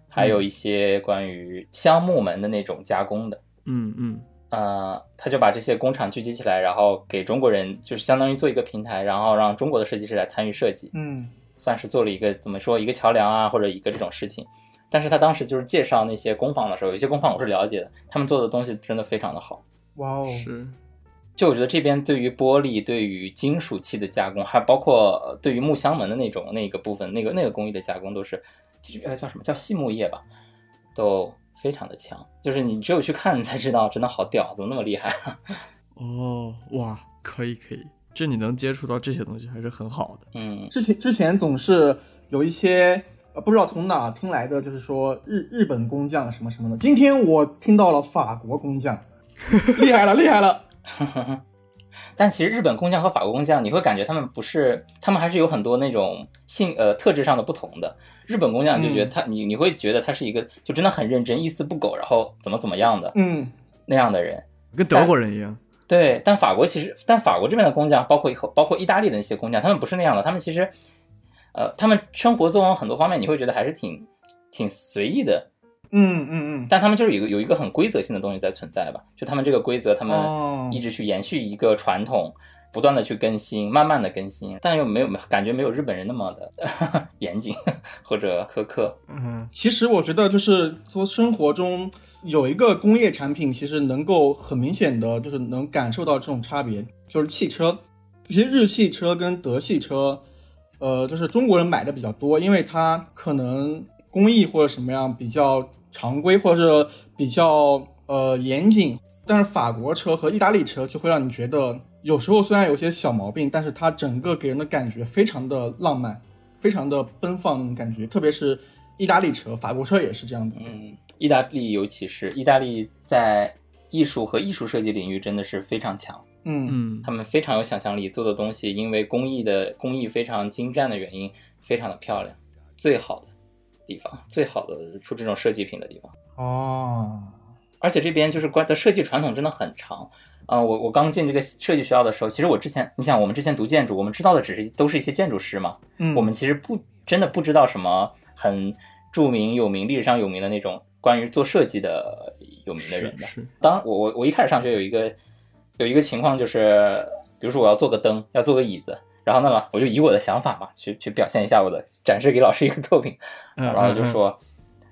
S1: 还有一些关于香木门的那种加工的。
S3: 嗯嗯
S1: 呃，他就把这些工厂聚集起来，然后给中国人就是相当于做一个平台，然后让中国的设计师来参与设计。
S2: 嗯
S1: 算是做了一个怎么说一个桥梁啊，或者一个这种事情。但是他当时就是介绍那些工坊的时候，有些工坊我是了解的，他们做的东西真的非常的好。
S2: 哇哦，
S3: 是
S1: 就我觉得这边对于玻璃、对于金属器的加工，还包括呃对于木箱门的那种那个部分、那个那个工艺的加工，都是其实呃叫什么叫细木业吧，都非常的强。就是你只有去看你才知道，真的好屌，怎么那么厉害？啊
S3: 哦哇，可以可以，这你能接触到这些东西还是很好的。
S1: *laughs* 嗯，
S2: 之前之前总是有一些呃不知道从哪听来的，就是说日日本工匠什么什么的。今天我听到了法国工匠，厉害了厉害了，
S1: 但其实日本工匠和法国工匠，你会感觉他们不是，他们还是有很多那种性呃特质上的不同的。日本工匠你就觉得他，你你会觉得他是一个就真的很认真、一丝不苟，然后怎么怎么样的
S2: 嗯，
S1: 那样的人。
S3: 跟德国人一样，
S1: 对，但法国其实，但法国这边的工匠，包括以后包括意大利的那些工匠，他们不是那样的，他们其实，呃，他们生活作风很多方面，你会觉得还是挺挺随意的，
S2: 嗯嗯嗯，
S1: 但他们就是有一个有一个很规则性的东西在存在吧，就他们这个规则，他们
S2: 哦
S1: 一直去延续一个传统，不断的去更新，慢慢的更新，但又没有感觉没有日本人那么的 *laughs* 严谨或者苛刻。
S3: 嗯，
S2: 其实我觉得就是说生活中有一个工业产品，其实能够很明显的就是能感受到这种差别，就是汽车。其实日系车跟德系车，呃，就是中国人买的比较多，因为它可能工艺或者什么样比较常规，或者是比较呃严谨。但是法国车和意大利车就会让你觉得，有时候虽然有些小毛病，但是它整个给人的感觉非常的浪漫，非常的奔放那种感觉。特别是意大利车、法国车也是这样子。
S1: 嗯，意大利尤其是意大利在艺术和艺术设计领域真的是非常强。
S2: 嗯
S3: 嗯
S1: 他们非常有想象力，做的东西因为工艺的工艺非常精湛的原因，非常的漂亮，最好的地方，最好的出这种设计品的地方。
S2: 哦，
S1: 而且这边就是关的设计传统真的很长。嗯、我我刚进这个设计学校的时候，其实我之前，你想我们之前读建筑，我们知道的只是都是一些建筑师嘛，
S2: 嗯
S1: 我们其实不真的不知道什么很著名、有名、历史上有名的那种关于做设计的有名的人
S3: 是
S1: 的。
S3: 是，
S1: 当我我我一开始上学有一个有一个情况就是，比如说我要做个灯，要做个椅子，然后那么我就以我的想法嘛，去去表现一下我的，展示给老师一个作品，
S3: 嗯
S1: 然后就
S3: 嗯嗯
S1: 说，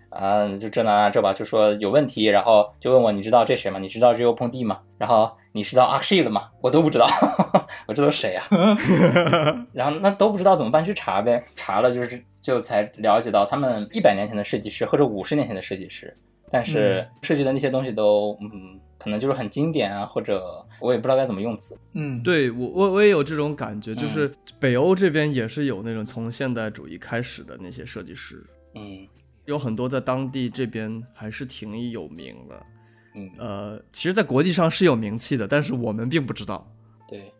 S1: 啊、就这那这吧，就说有问题，然后就问我你知道这谁吗？你知道这 o p e D 吗？然后你知道 a x i 了吗？我都不知道， *laughs* 我这都谁
S3: *laughs*
S1: 呀、然后那都不知道怎么办，去查呗，查了就是就才了解到他们一百年前的设计师或者五十年前的设计师，但是
S3: 嗯
S1: 设计的那些东西都嗯，可能就是很经典啊，或者我也不知道该怎么用词。
S2: 嗯，
S3: 对我我我也有这种感觉，就
S1: 嗯
S3: 是北欧这边也是有那种从现代主义开始的那些设计师，
S1: 嗯
S3: 有很多在当地这边还是挺有名的。
S1: 嗯，
S3: 呃，其实，在国际上是有名气的，但是我们并不知道。
S1: 对，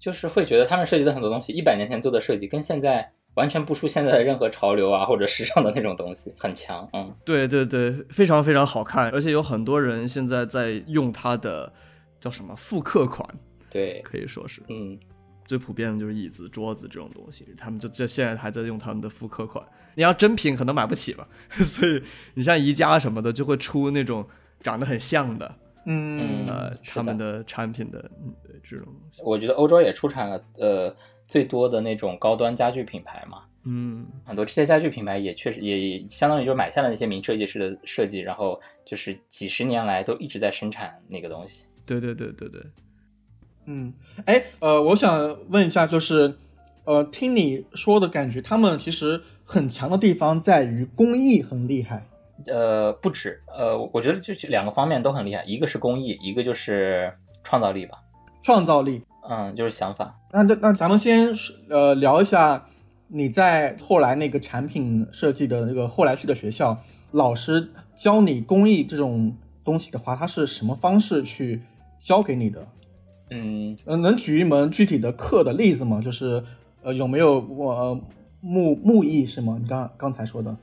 S1: 就是会觉得他们设计的很多东西，一百年前做的设计跟现在完全不输现在的任何潮流啊或者时尚的那种东西，很强。嗯
S3: 对对对，非常非常好看，而且有很多人现在在用它的叫什么复刻款，
S1: 对，
S3: 可以说是
S1: 嗯
S3: 最普遍的就是椅子、桌子这种东西，他们就这现在还在用他们的复刻款。你要真品可能买不起吧， *laughs* 所以你像宜家什么的就会出那种长得很像的，
S2: 嗯
S1: 嗯
S3: 呃，
S1: 是
S3: 他们
S1: 的
S3: 的产品的嗯对这种东西，
S1: 我觉得欧洲也出产了呃最多的那种高端家具品牌嘛。
S3: 嗯，
S1: 很多这些家具品牌也确实也也相当于就是买下了那些名设计师的设计，然后就是几十年来都一直在生产那个东西。
S3: 对对对对对，
S2: 嗯，哎，呃，我想问一下，就是，呃，听你说的感觉，他们其实很强的地方在于工艺很厉害。
S1: 呃，不止，呃，我觉得就就两个方面都很厉害，一个是工艺，一个就是创造力吧，
S2: 创造力。
S1: 嗯，就是想法。
S2: 那那那咱们先呃聊一下你在后来那个产品设计的那个后来去的学校，老师教你工艺这种东西的话，他是什么方式去教给你的？
S1: 嗯，
S2: 呃，能举一门具体的课的例子吗？就是呃，有没有我、呃、木木艺是吗？你刚刚才说的，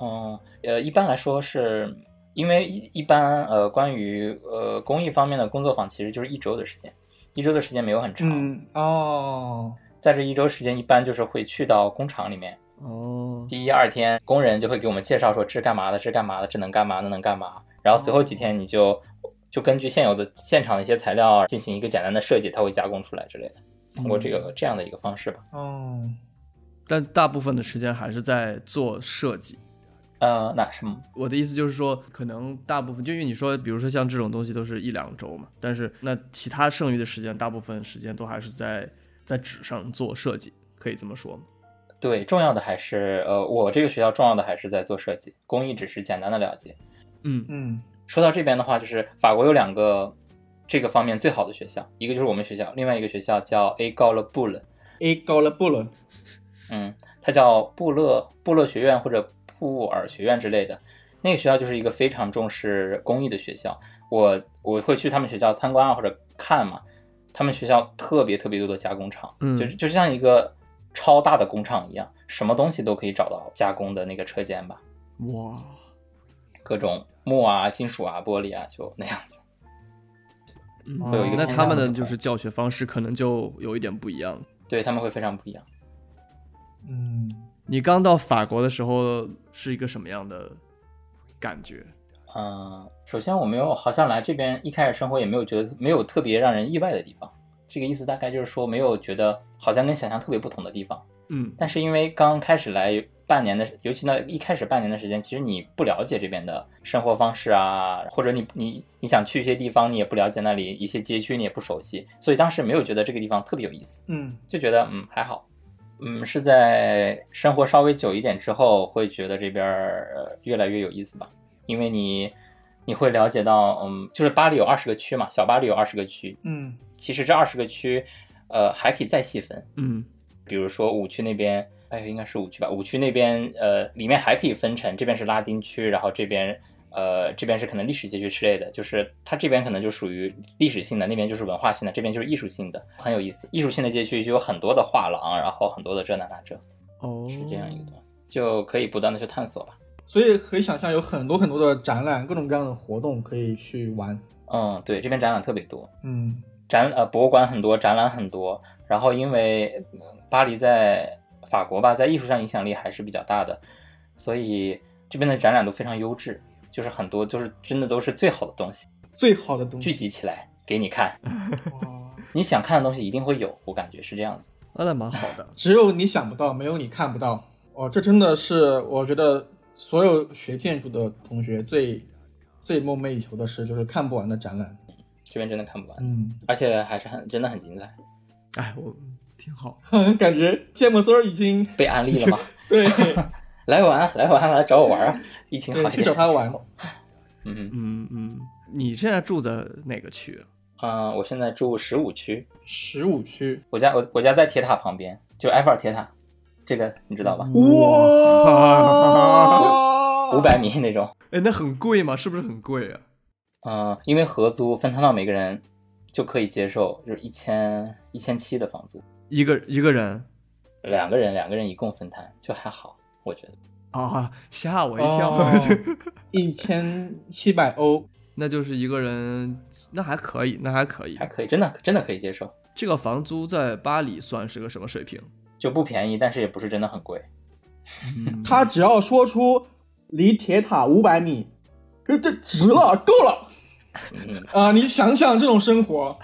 S1: 嗯，呃，一般来说是因为一一般呃，关于呃公益方面的工作坊，其实就是一周的时间，一周的时间没有很长，
S2: 嗯，哦，
S1: 在这一周时间，一般就是会去到工厂里面，
S3: 哦，
S1: 第一二天工人就会给我们介绍说这是干嘛的，这是干嘛的，这能干嘛，那能干嘛，然后随后几天你就就根据现有的现场的一些材料啊进行一个简单的设计，它会加工出来之类的，通过这个这样的一个方式吧。
S2: 哦，
S3: 但大部分的时间还是在做设计。
S1: 呃，那什么，
S3: 我的意思就是说，可能大部分就因为你说，比如说像这种东西都是一两周嘛，但是那其他剩余的时间，大部分时间都还是在在纸上做设计，可以这么说吗？
S1: 对，重要的还是呃，我这个学校重要的还是在做设计，工艺只是简单的了解。
S3: 嗯
S2: 嗯
S1: 说到这边的话，就是法国有两个这个方面最好的学校，一个就是我们学校，另外一个学校叫 A 高勒布勒，
S2: ，A 高了不了，
S1: 嗯，它叫布勒布勒学院或者布尔学院之类的。那个学校就是一个非常重视公益的学校，我我会去他们学校参观啊或者看嘛。他们学校特别特别多的加工厂，
S3: 嗯
S1: 就是就像一个超大的工厂一样，什么东西都可以找到加工的那个车间吧。
S3: 哇，
S1: 各种木啊、金属啊、玻璃啊，就那样子。
S3: 嗯
S2: 会有一个
S3: 那
S1: 同
S3: 他
S1: 样
S3: 们
S1: 的
S3: 的
S1: 款
S3: 就是教学方式可能就有一点不一样。
S1: 对他们会非常不一样。
S2: 嗯，
S3: 你刚到法国的时候是一个什么样的感觉？
S1: 嗯、首先我没有，好像来这边一开始生活也没有觉得没有特别让人意外的地方。这个意思大概就是说，没有觉得好像跟想象特别不同的地方。
S3: 嗯
S1: 但是因为刚开始来半年的，尤其呢一开始半年的时间，其实你不了解这边的生活方式啊，或者你你你想去一些地方，你也不了解那里一些街区，你也不熟悉，所以当时没有觉得这个地方特别有意思。
S2: 嗯
S1: 就觉得嗯还好，嗯是在生活稍微久一点之后，会觉得这边儿呃越来越有意思吧，因为你你会了解到，嗯，就是巴黎有二十个区嘛，小巴黎有二十个区，
S2: 嗯
S1: 其实这二十个区，呃还可以再细分，
S3: 嗯
S1: 比如说五区那边，哎应该是五区吧，五区那边呃里面还可以分成，这边是拉丁区，然后这边。呃，这边是可能历史街区之类的，就是它这边可能就属于历史性的，那边就是文化性的，这边就是艺术性的，很有意思。艺术性的街区就有很多的画廊，然后很多的这那那这，
S3: 哦，
S1: 是这样一个东西，就可以不断的去探索吧。
S2: 所以可以想象有很多很多的展览，各种各样的活动可以去玩。
S1: 嗯，对，这边展览特别多，
S2: 嗯
S1: 展呃博物馆很多，展览很多。然后因为呃巴黎在法国吧，在艺术上影响力还是比较大的，所以这边的展览都非常优质，就是很多就是真的都是最好的东西，
S2: 最好的东西
S1: 聚集起来给你看，
S2: 哇，。
S1: 你想看的东西一定会有，我感觉是这样子。
S3: 那那蛮好的
S2: 只有你想不到，没有你看不到。哦，这真的是我觉得所有学建筑的同学最最梦寐以求的事，就是看不完的展览。
S1: 这边真的看不完，
S2: 嗯， *laughs*
S1: 而且还是很真的很精彩。
S3: 哎，我挺好。
S2: 感觉芥末丝儿已经
S1: 被安利了
S2: *laughs*
S1: 吗？ *laughs*
S2: 对
S1: 来玩啊，来玩啊，来找我玩啊！疫情好
S2: 对
S1: 一
S2: 去
S1: 点，
S2: 找他玩。
S1: 嗯
S3: 嗯嗯，你现在住在哪个区啊？
S1: 嗯、呃我现在住十五区，
S2: 十五区，
S1: 我家我我家在铁塔旁边，就埃菲尔铁塔，这个你知道
S2: 嗯
S1: 吧？
S3: 哇！
S1: 五 *laughs* 百米那种。
S3: *laughs* 哎，那很贵吗？是不是很贵啊？
S1: 嗯、因为合租分摊到每个人就可以接受，就是一千一千七的房租，
S3: 一个一个人
S1: 两个人两个人一共分摊，就还好，我觉得。
S3: 啊，吓我一跳。
S2: 哦，一千七百欧，
S3: *laughs* 那就是一个人，那还可以，那还可以
S1: 还。可以，真的真的可以接受，
S3: 这个房租在巴黎算是个什么水平？
S1: 就不便宜，但是也不是真的很贵。嗯
S2: 他只要说出离铁塔五百米，这这值了，够了
S1: 嗯，
S2: 啊、你想想这种生活，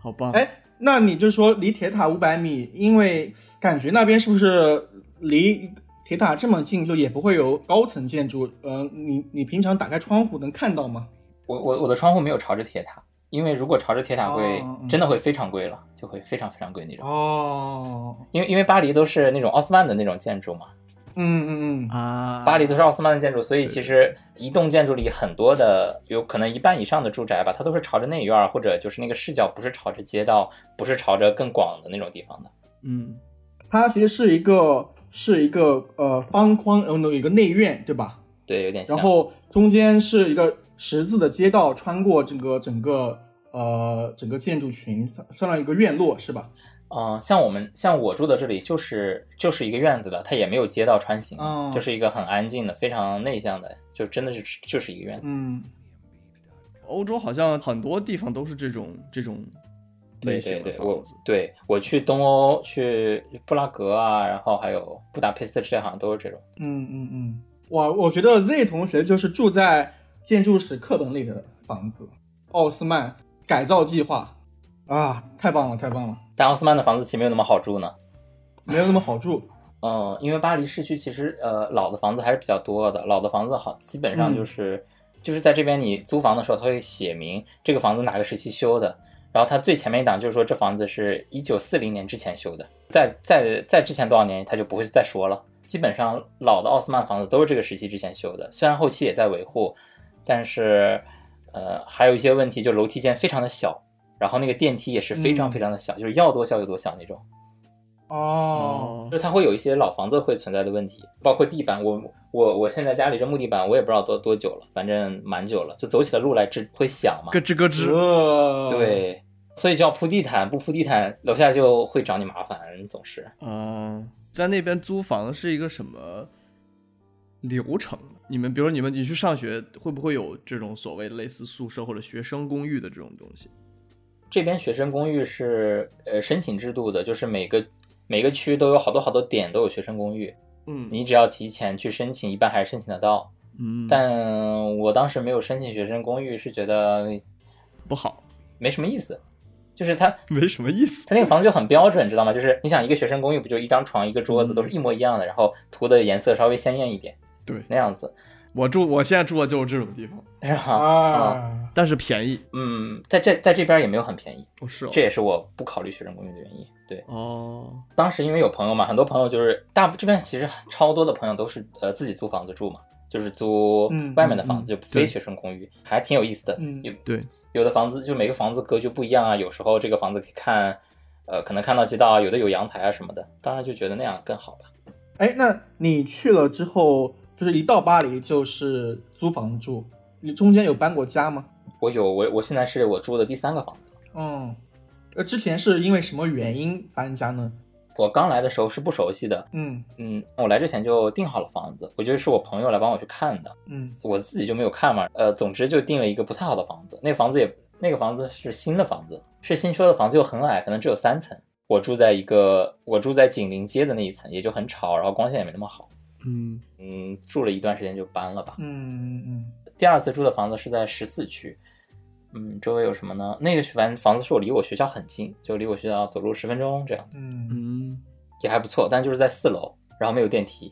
S3: 好吧，
S2: 哎，那你就说离铁塔五百米，因为感觉那边是不是离铁塔这么近，就也不会有高层建筑？呃，你你平常打开窗户能看到吗？
S1: 我我我的窗户没有朝着铁塔，因为如果朝着铁塔会、
S2: 哦嗯
S1: 真的会非常贵了，就会非常非常贵那种。
S2: 哦，
S1: 因为因为巴黎都是那种奥斯曼的那种建筑嘛，
S2: 嗯嗯嗯，
S3: 啊，
S1: 巴黎都是奥斯曼的建筑，所以其实一栋建筑里很多的，有可能一半以上的住宅吧，它都是朝着内院儿或者就是那个视角不是朝着街道，不是朝着更广的那种地方的。
S3: 嗯
S2: 它其实是一个是一个呃方框，然后有一个内院，对吧？
S1: 对，有点像。
S2: 然后中间是一个十字的街道，穿过这个整个呃整个建筑群，算算上一个院落是吧？
S1: 嗯、像我们像我住的这里就是就是一个院子了，它也没有街道穿行，
S2: 哦
S1: 就是一个很安静的、非常内向的，就真的就是就是一个院子。
S2: 嗯，
S3: 欧洲好像很多地方都是这种这种
S1: 对
S3: 类型
S1: 对
S3: 的
S1: 对，我
S3: 房子。
S1: 对我去东欧去布拉格啊，然后还有布达佩斯之类，好像都是这种。
S2: 嗯嗯嗯，我我觉得 Z 同学就是住在建筑史课本里的房子，奥斯曼改造计划啊，太棒了，太棒了，
S1: 但奥斯曼的房子其实没有那么好住呢。
S2: 没有那么好住。
S1: 嗯，因为巴黎市区其实呃老的房子还是比较多的，老的房子好基本上就是、就是在这边你租房的时候，他会写明这个房子哪个时期修的，然后它最前面一档就是说这房子是一九四零年之前修的，再再再之前多少年他就不会再说了。基本上老的奥斯曼房子都是这个时期之前修的，虽然后期也在维护，但是呃还有一些问题，就楼梯间非常的小，然后那个电梯也是非常
S2: 嗯
S1: 非常的小，就是要多小有多小那种。
S2: 哦，
S3: 哦
S1: 就，它会有一些老房子会存在的问题，包括地板。我我我现在家里这木地板，我也不知道多多久了，反正蛮久了，就走起了路来只会响嘛
S3: 咯。吱咯吱，
S2: 这
S1: 对，所以就要铺地毯，不铺地毯，楼下就会找你麻烦，总是。
S3: 嗯，在那边租房是一个什么流程？你们比如说你们你去上学，会不会有这种所谓类似宿舍或者学生公寓的这种东西？
S1: 嗯这边学生公寓是呃申请制度的，就是每个每个区都有好多好多点都有学生公寓，
S3: 嗯
S1: 你只要提前去申请，一般还是申请得到。
S3: 嗯，
S1: 但我当时没有申请学生公寓，是觉得
S3: 不好，
S1: 没什么意思，就是它
S3: 没什么意思。
S1: 他那个房子就很标准，知道吗？就是你想一个学生公寓，不就一张床、一个桌子，
S3: 嗯
S1: 都是一模一样的，然后涂的颜色稍微鲜艳一点，
S3: 对
S1: 那样子，
S3: 我住我现在住的就是这种地方，
S1: 是吧？啊，
S2: 啊，
S3: 但是便宜。
S1: 嗯，在这在这边也没有很便宜，
S3: 哦，是哦
S1: 这。也是我不考虑学生公寓的原因。对，
S3: 哦，
S1: 当时因为有朋友嘛，很多朋友就是大这边其实超多的朋友都是呃自己租房子住嘛，就是租
S2: 嗯
S1: 外面的
S3: 嗯
S1: 房子，
S3: 嗯
S1: 就非
S3: 对
S1: 学生公寓，还挺有意思的。
S2: 嗯
S1: 有
S3: 对，
S1: 有的房子就每个房子格局不一样啊，有时候这个房子可以看，呃，可能看到街道啊，有的有阳台啊什么的，当然就觉得那样更好吧。
S2: 哎，那你去了之后，就是一到巴黎就是租房住，你中间有搬过家吗？
S1: 我有我我现在是我住的第三个房子。
S2: 嗯，呃，之前是因为什么原因搬家呢？
S1: 我刚来的时候是不熟悉的，
S2: 嗯
S1: 嗯，我来之前就订好了房子，我觉得是我朋友来帮我去看的，
S2: 嗯
S1: 我自己就没有看嘛。呃，总之就订了一个不太好的房子，那个房子也那个房子是新的房子，是新修的房子，又很矮，可能只有三层。我住在一个我住在景林街的那一层，也就很吵，然后光线也没那么好。
S3: 嗯
S1: 嗯，住了一段时间就搬了吧。
S2: 嗯嗯
S1: 第二次住的房子是在十四区，嗯，周围有什么呢？那个反正房子是我离我学校很近，就离我学校走路十分钟这样。
S2: 嗯
S3: 嗯，
S1: 也还不错，但就是在四楼，然后没有电梯，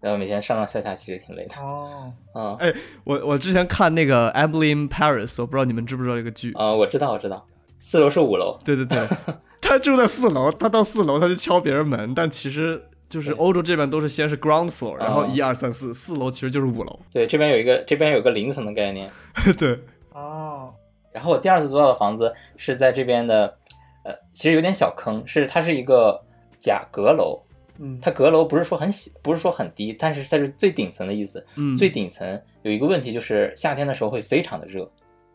S1: 然后每天上上下下其实挺累的。
S2: 哦，
S1: 嗯，
S3: 哎我我之前看那个《Emily in Paris》，我不知道你们知不知道这个剧。
S1: 呃，我知道，我知道，四楼是五楼，
S3: 对对对，他住在四楼，他到四楼他就敲别人门，但其实就是
S1: 对
S3: 欧洲这边都是先是 ground floor，然后
S1: 哦
S3: 一二三四，四楼其实就是五楼。
S1: 对，这边有一个这边有个零层的概念。
S3: 对，
S2: 哦，
S1: 然后我第二次租到的房子是在这边的，呃，其实有点小坑，是它是一个假阁楼，
S2: 嗯，
S1: 它阁楼不是说很小，不是说很低，但是它是最顶层的意思。
S3: 嗯，
S1: 最顶层有一个问题就是夏天的时候会非常的热，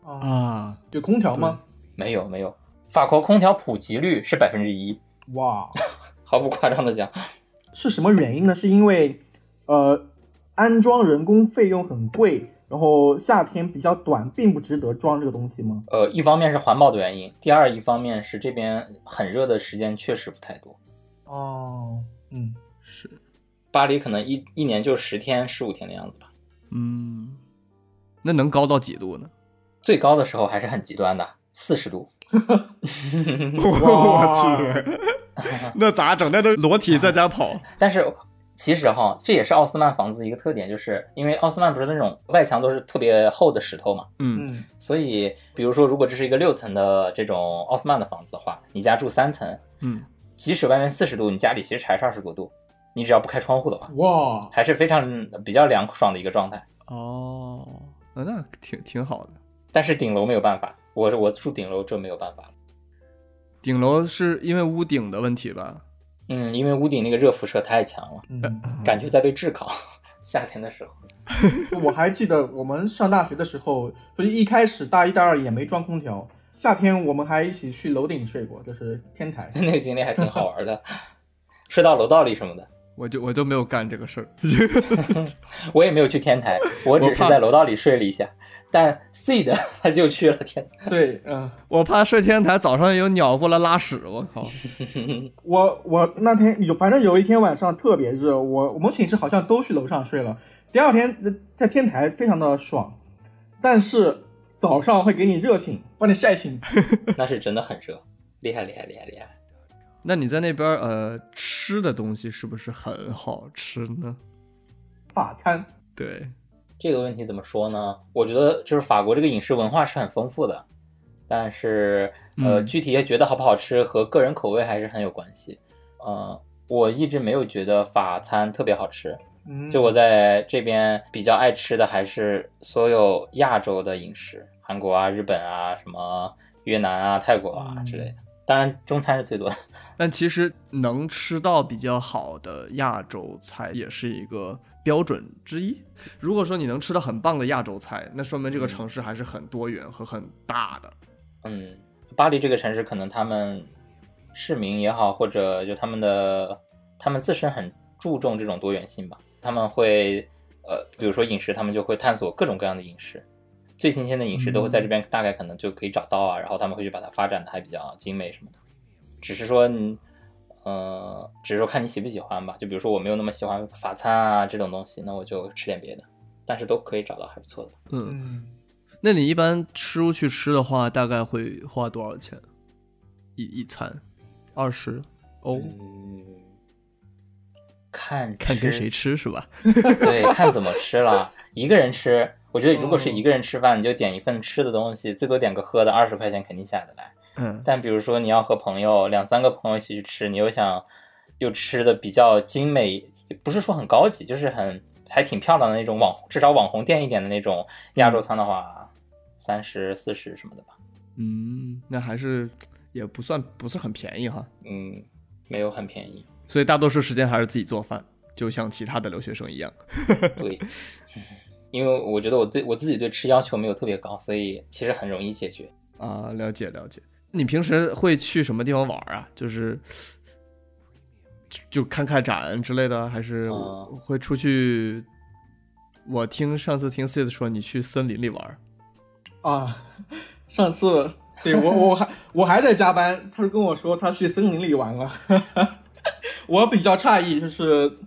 S2: 哦
S3: 啊，
S2: 有空调吗？
S1: 没有没有，法国空调普及率是百分之一，
S2: 哇，
S1: 毫不夸张的讲，
S2: 是什么原因呢？是因为呃，安装人工费用很贵，然后夏天比较短，并不值得装这个东西吗？
S1: 呃，一方面是环保的原因，第二一方面是这边很热的时间确实不太多。
S2: 哦，嗯
S3: 是，
S1: 巴黎可能一一年就十天、十五天的样子吧，
S3: 嗯，那能高到几度呢？
S1: 最高的时候还是很极端的，四十度。
S3: *laughs* 我去， *laughs* 那咋整？那都裸体在家跑，
S1: 但是其实哈，这也是奥斯曼房子的一个特点，就是因为奥斯曼不是那种外墙都是特别厚的石头嘛，
S3: 嗯
S2: 嗯
S1: 所以比如说如果这是一个六层的这种奥斯曼的房子的话，你家住三层，
S3: 嗯，
S1: 即使外面四十度，你家里其实还是二十多度，你只要不开窗户的话，
S2: 哇，
S1: 还是非常比较凉爽的一个状态。
S3: 哦，那那挺挺好的。
S1: 但是顶楼没有办法，我我住顶楼就没有办法了。
S3: 顶楼是因为屋顶的问题吧？
S1: 嗯，因为屋顶那个热辐射太强了，
S2: 嗯，
S1: 感觉在被炙烤。 *laughs* 夏天的时候， *laughs*。
S2: 我还记得我们上大学的时候，就是一开始大一大二也没装空调，夏天我们还一起去楼顶睡过，就是天 *laughs* 台
S1: 那个经历还挺好玩的， *laughs* 睡到楼道里什么的。
S3: 我就我就没有干这个事儿，
S1: 我也没有去天台，我只是
S3: 怕
S1: 在楼道里睡了一下。但 C 的他就去了天台，
S2: 对，嗯、
S3: 我怕睡天台早上有鸟过来拉屎，我靠！
S2: 我我那天有，反正有一天晚上特别热，我我们寝室好像都去楼上睡了。第二天呃在天台非常的爽，但是早上会给你热醒，把你晒醒。
S1: 那是真的很热，厉害厉害厉害厉害！
S3: *laughs* 那你在那边儿呃吃的东西是不是很好吃呢？
S2: 法餐，
S3: 对，
S1: 这个问题怎么说呢？我觉得就是法国这个饮食文化是很丰富的，但是呃，
S3: 嗯
S1: 具体觉得好不好吃和个人口味还是很有关系。呃，我一直没有觉得法餐特别好吃，
S2: 嗯，
S1: 就我在这边比较爱吃的还是所有亚洲的饮食，韩国啊、日本啊、什么越南啊、泰国啊之类的。当然，中餐是最多的。
S3: 但其实能吃到比较好的亚洲菜也是一个标准之一。如果说你能吃到很棒的亚洲菜，那说明这个
S1: 嗯
S3: 城市还是很多元和很大的。
S1: 嗯，巴黎这个城市可能他们市民也好，或者就他们的他们自身很注重这种多元性吧。他们会呃，比如说饮食，他们就会探索各种各样的饮食，最新鲜的饮食都会
S3: 嗯
S1: 在这边大概可能就可以找到啊，然后他们会去把它发展的还比较精美什么的。只是说你呃，只是说看你喜不喜欢吧。就比如说我没有那么喜欢法餐啊这种东西，那我就吃点别的，但是都可以找到还不错的。
S3: 嗯，
S2: 嗯，
S3: 那你一般吃出去吃的话，大概会花多少钱？一一餐二十欧，
S1: 嗯，看
S3: 看跟
S1: 吃
S3: 谁吃是吧？
S1: *laughs* 对，看怎么吃了。一个人吃，我觉得如果是一个人吃饭，你就点一份吃的东西，最多点个喝的，二十块钱肯定下得来。
S3: 嗯，
S1: 但比如说你要和朋友两三个朋友一起去吃，你又想又吃的比较精美，不是说很高级，就是很还挺漂亮的那种网，至少网红店一点的那种亚洲餐的话，三十四十什么的吧。
S3: 嗯，那还是也不算不是很便宜哈，
S1: 嗯，没有很便宜。
S3: 所以大多数时间还是自己做饭，就像其他的留学生一样。
S1: 对，嗯因为我觉得我对我自己对吃要求没有特别高，所以其实很容易解决。
S3: 啊，了解了解。你平时会去什么地方玩啊？就是就就看看展之类的，还是
S1: 啊
S3: 会出去？我听上次听 Sid 说你去森林里玩，
S2: 啊，上次对我我还我还在加班，他就跟我说他去森林里玩了， *laughs* 我比较诧异，就是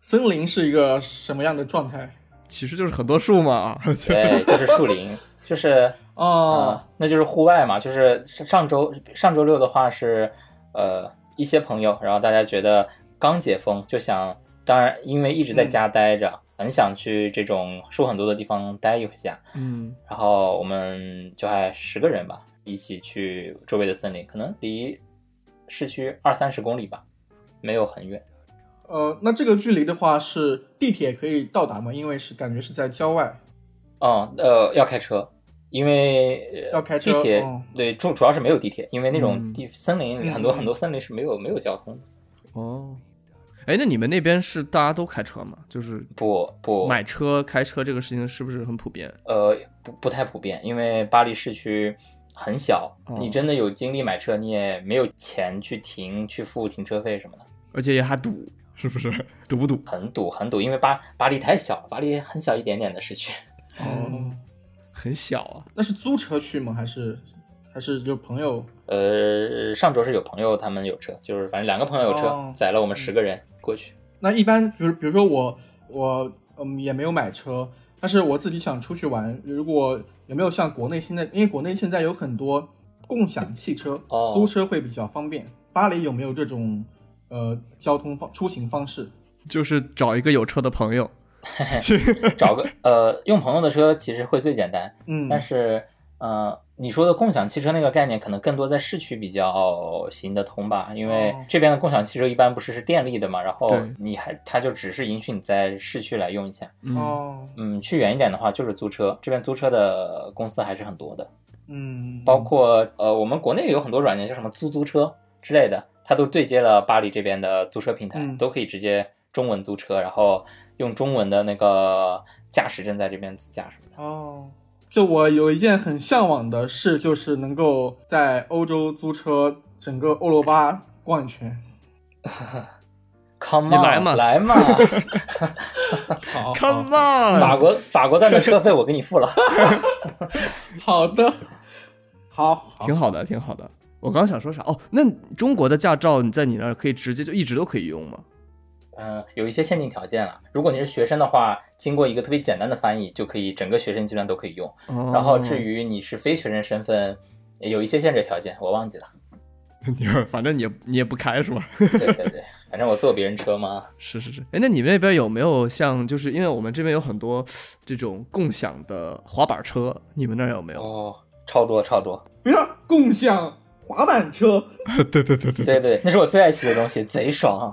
S2: 森林是一个什么样的状态？
S3: 其实就是很多树嘛。啊就
S1: 对，就是树林，就是
S2: 哦
S1: 啊、，那就是户外嘛。就是上上周上周六的话是，呃，一些朋友，然后大家觉得刚解封就想，当然因为一直在
S2: 嗯
S1: 家待着，很想去这种树很多的地方待一下。
S3: 嗯
S1: 然后我们就还十个人吧，一起去周围的森林，可能离市区二三十公里吧，没有很远。
S2: 呃，那这个距离的话是地铁可以到达吗？因为是感觉是在郊外。
S1: 嗯，呃，要开车，因为呃
S2: 要开车
S1: 地铁、
S2: 哦
S1: 对主主要是没有地铁，因为那种
S3: 嗯
S1: 地、森林里很多很多森林是没有没有交通的。
S3: *laughs* 哦，哎，那你们那边是大家都开车吗？就是
S1: 不不，
S3: 买车开车这个事情是不是很普遍？
S1: 呃不不太普遍，因为巴黎市区很小，
S3: 哦
S1: 你真的有精力买车，你也没有钱去停去付停车费什么的，
S3: 而且也还堵，是不是？堵不堵？
S1: 很堵很堵，因为巴巴黎太小了，巴黎很小一点点的市区，
S3: 哦，很小啊。
S2: 嗯那是租车去吗？还是还是就朋友？
S1: 呃，上周是有朋友他们有车，就是反正两个朋友有车，
S2: 哦
S1: 载了我们十个人过去。
S2: 那一般，比如比如说我我嗯也没有买车，但是我自己想出去玩，如果有没有像国内现在，因为国内现在有很多共享汽车，
S1: 哦
S2: 租车会比较方便。巴黎有没有这种呃交通方出行方式？
S3: 就是找一个有车的朋友，
S1: 找个呃，用朋友的车其实会最简单，
S2: 嗯，
S1: 但是呃，你说的共享汽车那个概念，可能更多在市区比较行得通吧，因为
S2: 哦
S1: 这边的共享汽车一般不是是电力的嘛，然后
S3: 对
S1: 你还它就只是允许你在市区来用一下，
S3: 嗯，
S2: 哦，
S1: 嗯，去远一点的话就是租车，这边租车的公司还是很多的，
S2: 嗯，
S1: 包括呃，我们国内有很多软件，像什么租租车之类的，它都对接了巴黎这边的租车平台，
S2: 嗯
S1: 都可以直接中文租车，然后用中文的那个驾驶证在这边自驾什么的。
S2: 哦，就我有一件很向往的事，就是能够在欧洲租车，整个欧罗巴逛一圈。
S1: Come on，
S3: 你来嘛
S1: 来嘛！
S2: *laughs* 好
S3: Come
S1: 法
S3: on，
S1: 国法国段的车费我给你付了。 *laughs*
S2: 好的，好，好
S3: 挺好的，挺好的。我刚想说啥？哦，那中国的驾照你在你那儿可以直接就一直都可以用吗？
S1: 嗯，有一些限定条件了。如果你是学生的话，经过一个特别简单的翻译，就可以整个学生阶段都可以用。然
S3: 哦然
S1: 后至于你是非学生身份，也有一些限制条件，我忘记了。
S3: 你哦反正你也你也不开是吧？
S1: 对对对，反正我坐别人车嘛。
S3: *laughs* 是是是，哎，那你们那边有没有像，就是因为我们这边有很多这种共享的滑板车，你们那儿有没有？
S1: 哦，超多超多。
S2: 比如说共享滑板车，
S3: 对对对对
S1: 对对，那是我最爱骑的东西，贼爽。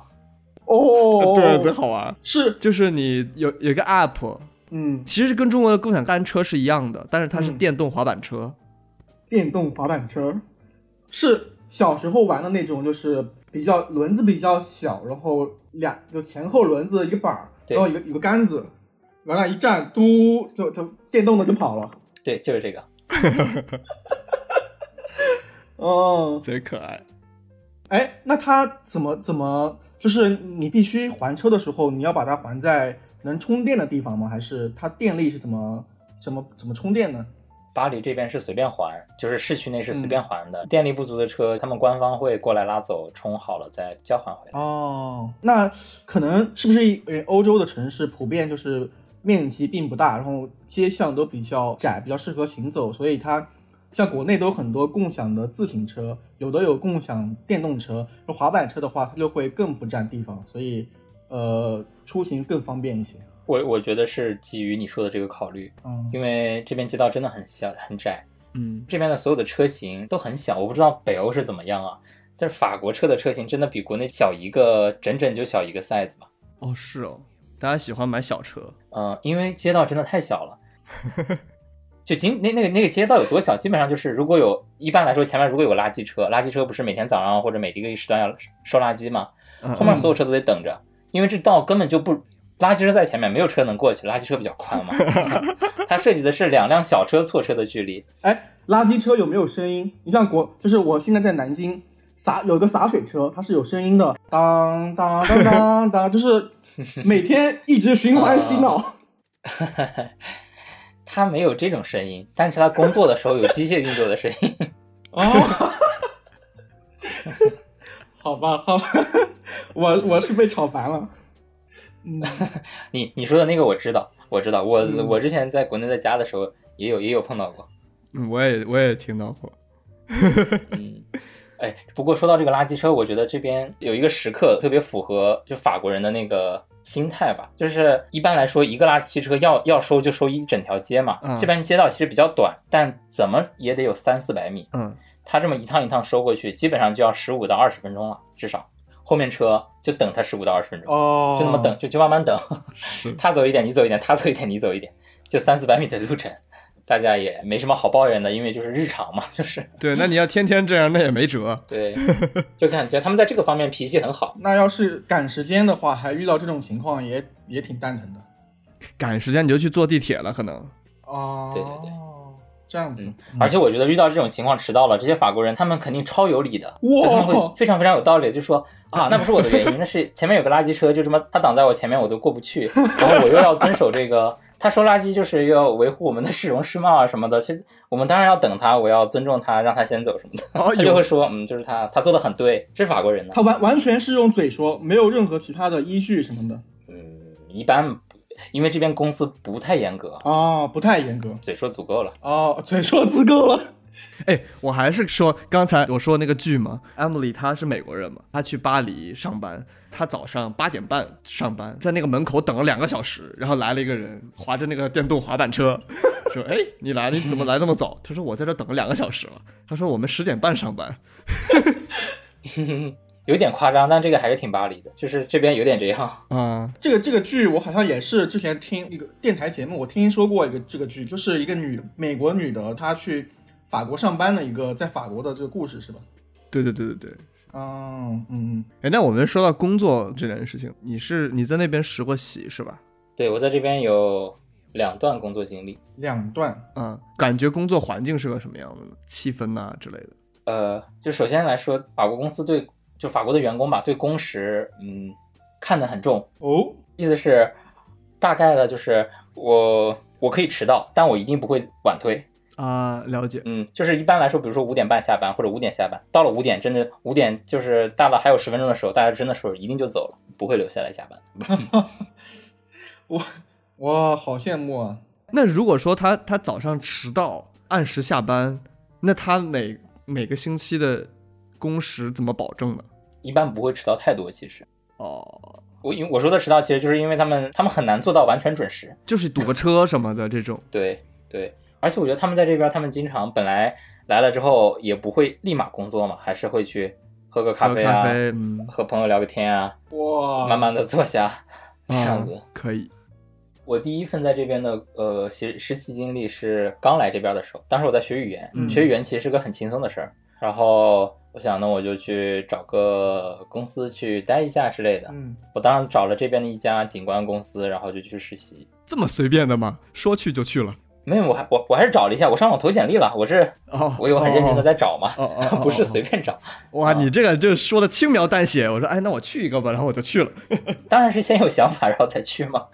S2: 哦，
S3: *laughs* *laughs* 对，贼好玩。
S2: 是，
S3: 就是你有有一个 app，
S2: 嗯，
S3: 其实跟中国的共享单车是一样的，但是它是
S2: 嗯
S3: 电动滑板车。
S2: 电动滑板车，是小时候玩的那种，就是比较轮子比较小，然后俩就前后轮子一个板儿，
S1: 对
S2: 然后有个有个杆子，往那一站，嘟，就就电动的就跑了。
S1: 对，就是这个。
S2: 哦，
S3: 贼可爱，
S2: 哎，那它怎么怎么就是你必须还车的时候，你要把它还在能充电的地方吗？还是它电力是怎么怎么怎么充电呢？
S1: 巴黎这边是随便还，就是市区内是随便还的。电力不足的车，他们官方会过来拉走，充好了再交还回来。
S2: 哦，那可能是不是呃欧洲的城市普遍就是面积并不大，然后街巷都比较窄，比较适合行走，所以它像国内都有很多共享的自行车，有的有共享电动车，那滑板车的话它就会更不占地方，所以呃出行更方便一些。
S1: 我我觉得是基于你说的这个考虑，
S2: 嗯，
S1: 因为这边街道真的很小很窄。
S3: 嗯，
S1: 这边的所有的车型都很小，我不知道北欧是怎么样啊。但是法国车的车型真的比国内小一个，整整就小一个 size 吧。
S3: 哦是哦，大家喜欢买小车，
S1: 嗯、因为街道真的太小了，就仅那那个那个街道有多小，基本上就是如果有一般来说前面如果有个垃圾车，垃圾车不是每天早上或者每一个时段要收垃圾吗？
S3: 嗯
S1: 后面所有车都得等着，因为这道根本就不垃圾车在前面，没有车能过去，垃圾车比较宽嘛。 *laughs* 它设计的是两辆小车错车的距离，
S2: 哎，垃圾车有没有声音？你像国，就是我现在在南京洒有一个洒水车，它是有声音的，当当当当当，就是每天一直循环洗
S1: *laughs* 哦
S2: 脑。
S1: 它没有这种声音，但是它工作的时候有机械运作的声音。
S2: *laughs* 哦，好吧，好吧， *laughs* 我我是被炒烦了。嗯，
S1: *laughs* 你你说的那个我知道，我知道，我、
S2: 嗯
S1: 我之前在国内在家的时候也有也有碰到过，
S3: 嗯我也我也听到过，
S1: 嗯，哎，不过说到这个垃圾车，我觉得这边有一个时刻特别符合就法国人的那个心态吧，就是一般来说一个垃圾车要要收就收一整条街嘛，
S3: 嗯
S1: 这边街道其实比较短，但怎么也得有三四百米，
S3: 嗯，
S1: 他这么一趟一趟收过去，基本上就要十五到二十分钟了，至少后面车就等他十五到二十分钟，
S2: 哦，
S1: 就那么等，就就慢慢等。
S3: 是
S1: *laughs* 他走一点，你走一点，他走一点，你走一点，就三四百米的路程，大家也没什么好抱怨的，因为就是日常嘛，就是
S3: 对，那你要天天这样，那也没辙。
S1: 对， *laughs* 就感觉他们在这个方面脾气很好。
S2: 那要是赶时间的话，还遇到这种情况也也挺蛋疼的。
S3: 赶时间你就去坐地铁了，可能。
S2: 哦，
S1: 对对嗯对，
S2: 这样子。
S1: 而且我觉得遇到这种情况迟到了，这些法国人他们肯定超有理的，
S2: 哇
S1: 就他们会非常非常有道理，就说啊，那不是我的原因，那是前面有个垃圾车，就这么他挡在我前面，我都过不去，然后我又要遵守这个。他收垃圾就是要维护我们的市容市貌啊什么的，其实我们当然要等他，我要尊重他，让他先走什么的。
S3: *laughs*
S1: *laughs*
S3: 哦，
S1: 他就会
S3: 有
S1: 说，嗯，就是他，他做的很对，这是法国人呢。
S2: 他完完全是用嘴说，没有任何其他的依据什么的。
S1: 嗯，一般不，因为这边公司不太严格，
S2: 哦，不太严格。
S1: 嘴说足够了。
S2: 哦，嘴说足够了。
S3: 哎，我还是说刚才我说那个剧嘛，Emily 她是美国人嘛，她去巴黎上班，她早上八点半上班，在那个门口等了两个小时，然后来了一个人，划着那个电动滑板车， *laughs* 说：“哎，你来，你怎么来那么早？”她说：“我在这等了两个小时了。”她说：“我们十点半上班。
S1: 有点夸张，但这个还是挺巴黎的，就是这边有点这样。 *laughs*
S3: 啊
S2: 这个这个剧我好像也是之前听一个电台节目，我听说过一个这个剧，就是一个女美国女的，她去法国上班的一个在法国的这个故事是吧？”
S3: 对对对对对，
S2: 嗯嗯，
S3: 哎，那我们说到工作这件事情，你是你在那边实过习是吧？
S1: 对我在这边有两段工作经历，
S2: 两段，
S3: 嗯，感觉工作环境是个什么样的呢？气氛呐、之类的。
S1: 呃，就首先来说，法国公司对就法国的员工吧，对工时嗯看得很重，
S2: 哦，
S1: 意思是大概的就是我我可以迟到，但我一定不会晚退。
S3: 啊、了解。
S1: 嗯，就是一般来说，比如说五点半下班或者五点下班，到了五点真的五点就是大了还有十分钟的时候，大家真的时候一定就走了，不会留下来加班。
S2: 哇，好羡慕啊！
S3: 那如果说他他早上迟到、按时下班，那他每每个星期的工时怎么保证呢？
S1: 一般不会迟到太多，其实
S3: 哦，
S1: 我因为我说的迟到，其实就是因为他们他们很难做到完全准时。
S3: 就是堵个车什么的这 *laughs* 种。
S1: 对对，而且我觉得他们在这边，他们经常本来来了之后也不会立马工作嘛，还是会去喝个咖
S3: 喝
S1: 啡啊，
S3: 咖啡，嗯，
S1: 和朋友聊个天啊，
S2: 哇，
S1: 慢慢的坐下这样子。
S3: 啊可以。
S1: 我第一份在这边的呃实实习经历是刚来这边的时候，当时我在学语言，
S2: 嗯
S1: 学语言其实是个很轻松的事儿。然后我想呢，我就去找个公司去待一下之类的。
S2: 嗯，
S1: 我当时找了这边的一家景观公司，然后就去实习。
S3: 这么随便的吗？说去就去了？
S1: 没有，我还我我还是找了一下，我上网投简历了，我是
S3: 哦，
S1: 我有很认真的在找嘛，
S3: 哦。
S1: *laughs*
S3: 哦哦
S1: 不是
S3: 哦
S1: 随便找，
S3: 哇，你这个就说的轻描淡写。我说，哎，那我去一个吧，然后我就去了。 *laughs*
S1: 当然是先有想法然后再去嘛。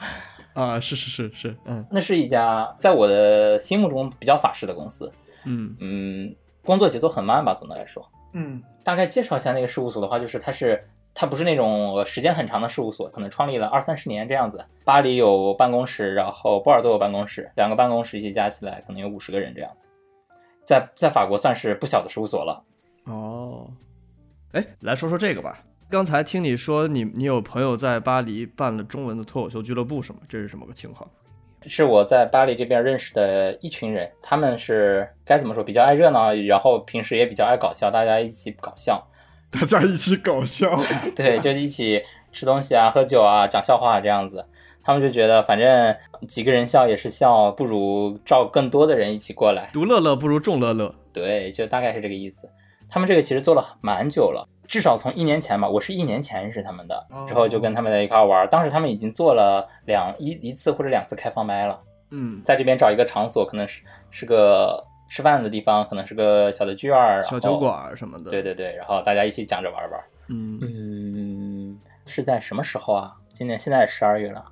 S3: 啊，是是是是，嗯
S1: 那是一家在我的心目中比较法式的公司，
S3: 嗯
S1: 嗯，工作节奏很慢吧，总的来说。
S2: 嗯
S1: 大概介绍一下那个事务所的话，就是它是它不是那种呃时间很长的事务所，可能创立了二三十年这样子。巴黎有办公室，然后波尔多有办公室，两个办公室一起加起来可能有五十个人这样子，在在法国算是不小的事务所了。
S3: 哦，哎，来说说这个吧。刚才听你说你你有朋友在巴黎办了中文的脱口秀俱乐部，什么？这是什么个情况？
S1: 是我在巴黎这边认识的一群人，他们是该怎么说比较爱热闹，然后平时也比较爱搞笑，大家一起搞笑，
S3: *laughs* 大家一起搞笑。
S1: *laughs* 对，就一起吃东西啊、喝酒啊、讲笑话、这样子。他们就觉得反正几个人笑也是笑，不如招更多的人一起过来，
S3: 独乐乐不如众乐乐。
S1: 对，就大概是这个意思。他们这个其实做了蛮久了，至少从一年前吧，我是一年前认识他们的
S2: 哦，
S1: 之后就跟他们在一块玩儿。当时他们已经做了两一一次或者两次开放麦了，
S3: 嗯，
S1: 在这边找一个场所，可能是是个吃饭的地方，可能是个小的剧院儿，然后
S3: 小酒，馆儿什么的。
S1: 对，对对，然后大家一起讲着玩儿玩儿。
S3: 嗯，
S1: 嗯，是在什么时候啊？今年现在十二月了，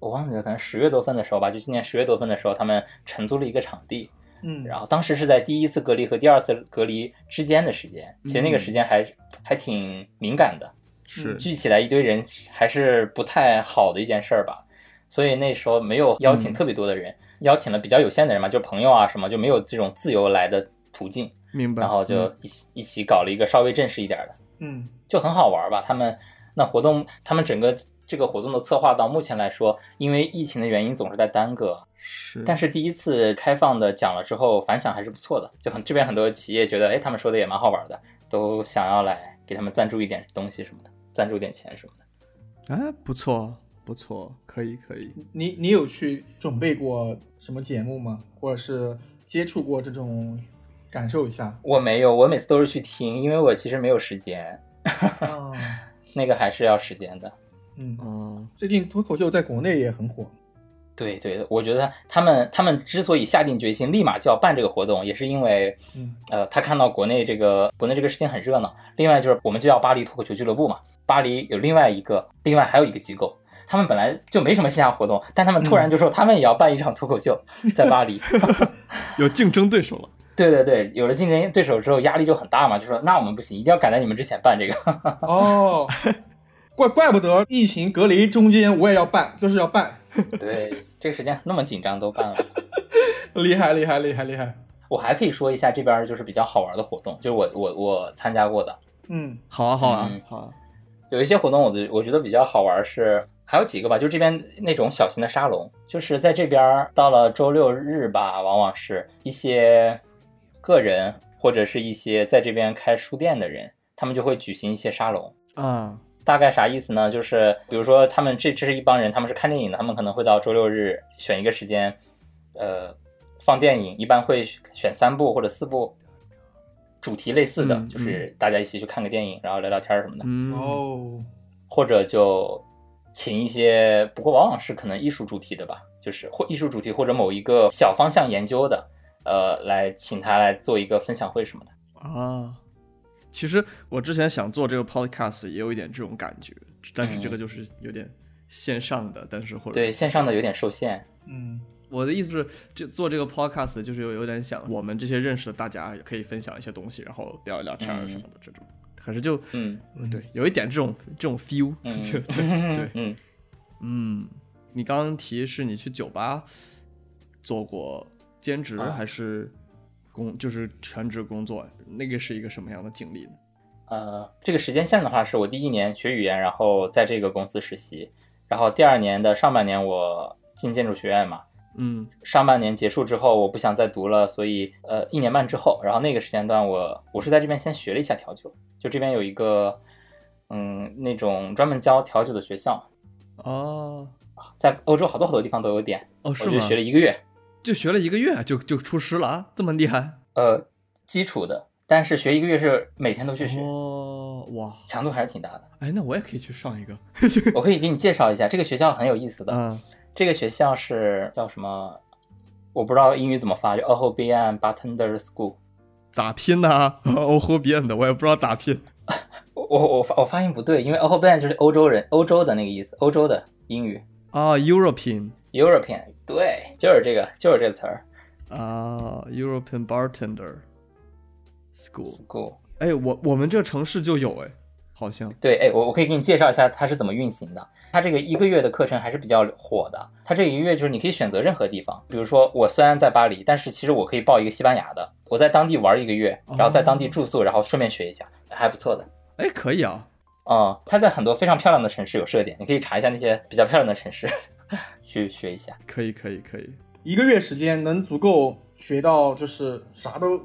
S1: 我忘记了，可能十月多份的时候吧，就今年十月多份的时候，他们承租了一个场地，
S2: 嗯，
S1: 然后当时是在第一次隔离和第二次隔离之间的时间，其实那个时间还、
S3: 嗯
S1: 还挺敏感的，
S3: 是
S2: 嗯
S1: 聚起来一堆人还是不太好的一件事儿吧。所以那时候没有
S3: 嗯
S1: 邀请特别多的人，邀请了比较有限的人嘛，就朋友啊什么，就没有这种自由来的途径，
S3: 明白。
S1: 然后就
S3: 嗯
S1: 一起、一起搞了一个稍微正式一点的，
S2: 嗯
S1: 就很好玩吧。他们那活动，他们整个这个活动的策划到目前来说，因为疫情的原因总是在耽搁，
S3: 是，
S1: 但是第一次开放的讲了之后，反响还是不错的，就很这边很多企业觉得，哎，他们说的也蛮好玩的，都想要来给他们赞助一点东西什么的，赞助点钱什么的。。
S3: 哎，不错不错，可以可以。
S2: 你你有去准备过什么节目吗？或者是接触过这种，感受一下
S1: 我没有，我每次都是去听，因为我其实没有时间，
S2: 啊
S1: 那个还是要时间的。
S2: 嗯，
S3: 嗯，
S2: 最近脱口秀在国内也很火。
S1: 对对，我觉得他们他们之所以下定决心立马就要办这个活动，也是因为，
S2: 嗯
S1: 呃，他看到国内这个国内这个事情很热闹。另外就是我们就叫巴黎脱口秀俱乐部嘛，巴黎有另外一个，另外还有一个机构，他们本来就没什么线下活动，但他们突然就说他们也要办一场脱口秀在巴黎。 *laughs*
S3: 有竞争对手了。
S1: 对对对，有了竞争对手之后压力就很大嘛，就说那我们不行，一定要赶在你们之前办这个。 *laughs*
S2: 哦， *laughs* 怪怪不得疫情隔离中间我也要办，就是要办，
S1: 对，这个时间那么紧张都办了。
S2: 厉害厉害厉害厉害。
S1: 我还可以说一下这边儿就是比较好玩的活动，就是我我我参加过的，
S2: 嗯
S3: 好啊好啊、
S1: 嗯
S3: 好啊。
S1: 有一些活动我的我觉得比较好玩是，还有几个吧，就这边那种小型的沙龙，就是在这边儿到了周六日吧，往往是一些个人或者是一些在这边开书店的人，他们就会举行一些沙龙。
S3: 啊，
S1: 大概啥意思呢？就是比如说他们这这是一帮人，他们是看电影的，他们可能会到周六日选一个时间，呃，放电影，一般会选三部或者四部。主题类似的，
S3: 嗯
S1: 就是大家一起去看个电影，然后聊聊天儿什么的，
S3: 嗯，
S2: 哦，
S1: 或者就请一些，不过往往是可能艺术主题的吧，就是或艺术主题或者某一个小方向研究的，呃，来请他来做一个分享会什么的。
S3: 啊，其实我之前想做这个 podcast 也有一点这种感觉，但是这个就是有点线上的，但是或
S1: 嗯
S3: 者
S1: 对，线上的有点受限，
S2: 嗯，
S3: 我的意思是，这做这个 podcast 就是有有点想我们这些认识的大家也可以分享一些东西，然后聊一聊天儿什么的这种，还是就
S1: 嗯
S3: 嗯对，有一点这种这种 feel，
S1: 嗯
S3: 就对对，
S1: 嗯，
S3: 嗯，你刚刚提是你去酒吧做过兼职
S1: 啊
S3: 还是工就是全职工作，那个是一个什么样的经历呢？
S1: 呃，这个时间线的话，是我第一年学语言，然后在这个公司实习，然后第二年的上半年我进建筑学院嘛，
S3: 嗯
S1: 上半年结束之后，我不想再读了，所以呃，一年半之后，然后那个时间段我我是在这边先学了一下调酒，就这边有一个嗯那种专门教调酒的学校，
S3: 哦
S1: 在欧洲好多好多地方都有点，嗯
S3: 哦
S1: 我
S3: 是
S1: 就
S3: 吗
S1: 学？了一个月，
S3: 就学了一个月就就出师了啊，这么厉害？
S1: 呃，基础的，但是学一个月 *laughs* 是每天都去学，
S3: 哦哇，
S1: 强度还是挺大的。
S3: 哎，那我也可以去上一个，
S1: 我可以给你介绍一下，这个学校很有意思的，
S3: 嗯
S1: 这个学校是叫什么？我不知道英语怎么发，就 o h b n Bartender School。
S3: 咋拼呢？哦豁别的， *laughs* 我也不知道咋拼。
S1: 我我我发我发音不对，因为 o h b n 就是欧洲人，欧洲的那个意思，欧洲的英语
S3: 啊，European
S1: European，对，就是这个，就是这个词儿
S3: 啊，European bartender school。
S1: school。
S3: 哎，我我们这城市就有哎，好像
S1: 对，哎，我我可以给你介绍一下它是怎么运行的。它这个一个月的课程还是比较火的。它这一个月就是你可以选择任何地方，比如说我虽然在巴黎，但是其实我可以报一个西班牙的，我在当地玩一个月，然后在当地住宿，然后顺便学一下，还不错的。
S3: 哎可以啊。
S1: 嗯，它在很多非常漂亮的城市有设点，你可以查一下那些比较漂亮的城市， *laughs* 去学一下。
S3: 可以可以可以，
S2: 一个月时间能足够学到就是啥都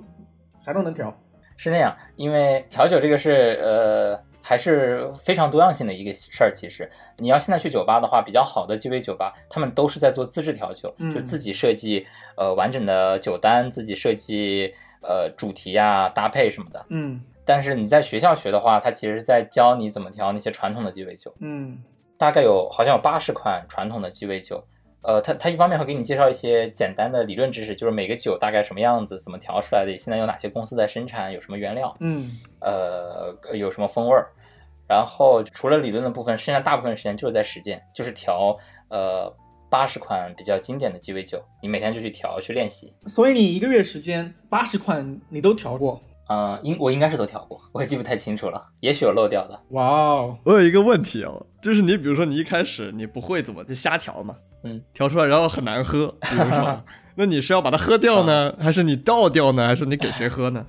S2: 啥都能调。
S1: 是那样，因为调酒这个是呃还是非常多样性的一个事儿。其实你要现在去酒吧的话，比较好的鸡尾酒吧，他们都是在做自制调酒，
S2: 嗯
S1: 就自己设计呃完整的酒单，自己设计呃主题呀、搭配什么的。
S2: 嗯
S1: 但是你在学校学的话，它其实在教你怎么调那些传统的鸡尾酒。
S2: 嗯
S1: 大概有好像有八十款传统的鸡尾酒。呃，它它一方面会给你介绍一些简单的理论知识，就是每个酒大概什么样子，怎么调出来的，现在有哪些公司在生产，有什么原料，
S2: 嗯
S1: 呃，有什么风味儿。然后除了理论的部分，剩下大部分时间就是在实践，就是调呃八十款比较经典的鸡尾酒，你每天就去调去练习。
S2: 所以你一个月时间八十款你都调过，
S1: 嗯、应我应该是都调过，我也记不太清楚了，也许有漏掉的。
S2: 哇哦，
S3: 我有一个问题哦，就是你比如说你一开始你不会怎么就瞎调嘛，
S1: 嗯，
S3: 调出来然后很难喝，比如
S1: *laughs*
S3: 说，那你是要把它喝掉
S1: 哦
S3: 呢，还是你倒掉呢，还是你给谁
S1: *laughs*
S3: 喝呢？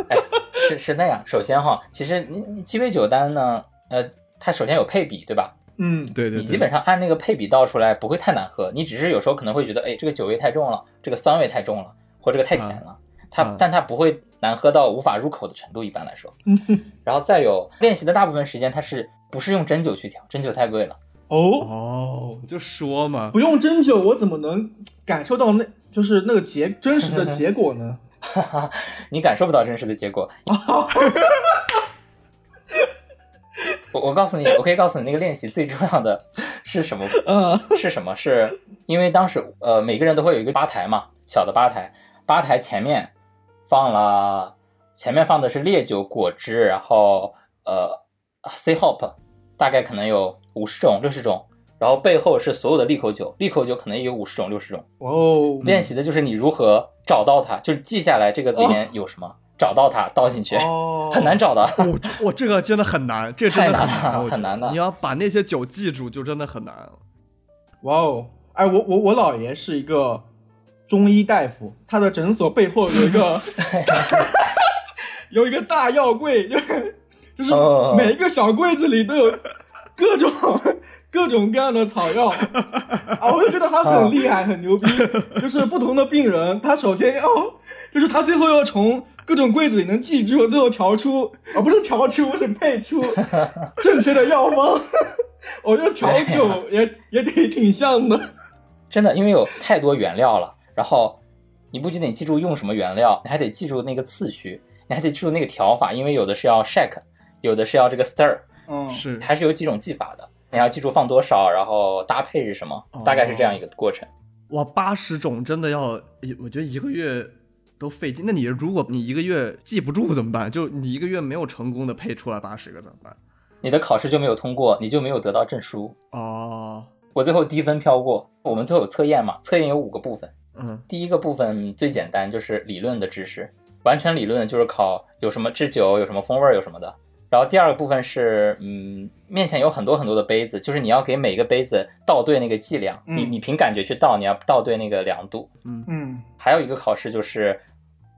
S1: 是是那样。首先哈，其实你你鸡尾酒单呢，呃，它首先有配比，对吧？
S2: 嗯
S3: 对对
S1: 你基
S3: 对
S1: 本，上按那个配比倒出来不会太难喝，你只是有时候可能会觉得，哎，这个酒味太重了，这个酸味太重了，或者这个太甜了，它
S3: 嗯
S1: 但它不会难喝到无法入口的程度，一般来说。 *laughs* 然后再有练习的大部分时间，它是不是用真酒去调？真酒太贵了。
S2: 哦，
S3: 哦，就说嘛，
S2: 不用针灸我怎么能感受到那就是那个结真实的结果呢？
S1: 你感受不到真实的结果。
S3: 哦
S1: 我我告诉你，我可以告诉你，那个练习最重要的是什么？
S2: *laughs* 嗯
S1: *laughs* 是什么？是因为当时呃，每个人都会有一个吧台嘛，小的吧台，吧台前面放了前面放的是烈酒、果汁，然后呃 C hop，大概可能有五十种、六十种，然后背后是所有的利口酒，利口酒可能也有五十种、六十种。
S2: 哇哦
S1: 练习的就是你如何找到它，就是记下来这个里面有什么，找到它倒进去，
S2: 哦，
S1: *laughs* 很难找的。
S3: 我这我这个真的很难，这真的
S1: 太
S3: 很
S1: 难了
S3: 我觉得
S1: 很难的
S3: 你要把那些酒记住，就真的很难。
S2: 哇哦！哎，我我我姥爷是一个中医大夫，他的诊所背后有一
S1: *laughs*
S2: 个 *laughs* 有一个大药柜，就是就是
S1: 哦
S2: 每一个小柜子里都有各种各种各样的草药啊，我就觉得他很厉害，很牛逼。
S1: 哦
S2: 就是不同的病人，他首先要就是他最后要从各种柜子里能记住，最后调出啊，不是调出，是配出正确的药方。 *laughs* 我觉得调酒也也得挺像的。
S1: 真的，因为有太多原料了，然后你不仅得记住用什么原料，你还得记住那个次序。你还得记住那个调法，因为有的是要 shake，有的是要这个 stir，
S2: 嗯，
S3: 是
S1: 还是有几种技法的。你要记住放多少，然后搭配是什么，大概是这样一个过程。
S3: 哇，八十种真的要，我觉得一个月都费劲。那你如果你一个月记不住怎么办？就你一个月没有成功的配出来八十个怎么办？
S1: 你的考试就没有通过，你就没有得到证书。
S3: 哦，
S1: 我最后低分飘过。我们最后有测验嘛？测验有五个部分，
S3: 嗯，
S1: 第一个部分最简单，就是理论的知识，完全理论就是考有什么制酒、有什么风味、有什么的。然后第二个部分是，嗯，面前有很多很多的杯子，就是你要给每个杯子倒对那个剂量，
S2: 嗯
S1: 你你凭感觉去倒，你要倒对那个量度。
S2: 嗯
S1: 还有一个考试就是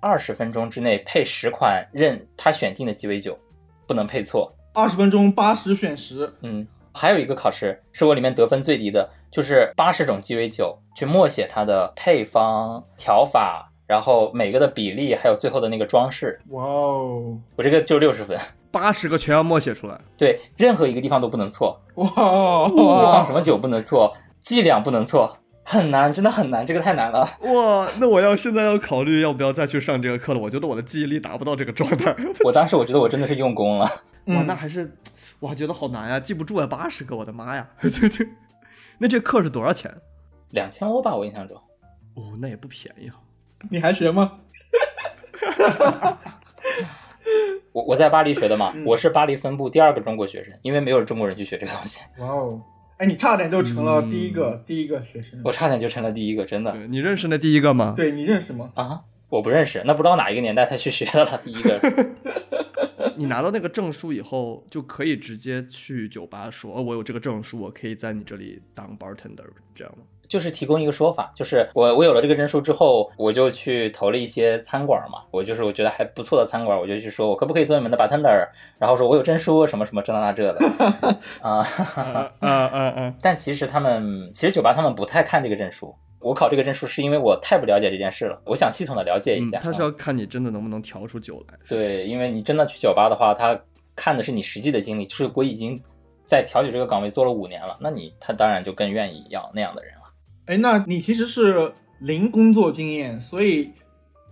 S1: 二十分钟之内配十款任他选定的鸡尾酒，不能配错。
S2: 二十分钟八十选十，
S1: 嗯，还有一个考试是我里面得分最低的，就是八十种鸡尾酒去默写它的配方、调法，然后每个的比例，还有最后的那个装饰。
S2: 哇哦，
S1: 我这个就六十分，
S3: 八十个全要默写出来。
S1: 对，任何一个地方都不能错，
S2: 哇
S1: 你放什
S2: 哦，
S1: 么酒不能错，剂量不能错，很难，真的很难，这个太难了。
S3: 哇，那我要现在要考虑要不要再去上这个课了。我觉得我的记忆力达不到这个状态。
S1: 我当时我觉得我真的是用功了。
S3: *laughs* 哇，
S2: 嗯
S3: 那还是哇，觉得好难呀、记不住啊，八十个，我的妈呀！ *laughs* 对对，那这课是多少钱？
S1: 两千欧吧，我印象中，
S3: 哦，那也不便宜啊。
S2: 你还学吗？
S1: 我我在巴黎学的嘛，我是巴黎分部第二个中国学生，因为没有中国人去学这个东西，
S2: 哇哦，哎，你差点就成了
S3: 嗯
S2: 第一个、第一个学生，
S1: 我差点就成了第一个，真的
S3: 对你认识那第一个吗？
S2: 对你认识吗？
S1: 啊，我不认识，那不知道哪一个年代他去学
S3: *laughs*
S1: 的了，第一个。
S3: 你拿到那个证书以后，就可以直接去酒吧说，哦，我有这个证书，我可以在你这里当 bartender，这样吗？
S1: 就是提供一个说法，就是我我有了这个证书之后，我就去投了一些餐馆嘛，我就是我觉得还不错的餐馆，我就去说我可不可以做你们的 bartender，然后说我有证书什么什么这那那这的
S3: *laughs*
S1: 啊、 *laughs*
S3: 啊啊啊啊！
S1: 但其实他们其实酒吧他们不太看这个证书，我考这个证书是因为我太不了解这件事了，我想系统的了解一
S3: *laughs* 嗯
S1: 下。，
S3: 他是
S1: 啊
S3: 要看你真的能不能调出酒来。
S1: 对，因为你真的去酒吧的话，他看的是你实际的经历，就是我已经在调酒这个岗位做了五年了，那你他当然就更愿意要那样的人了。
S2: 哎，那你其实是零工作经验，所以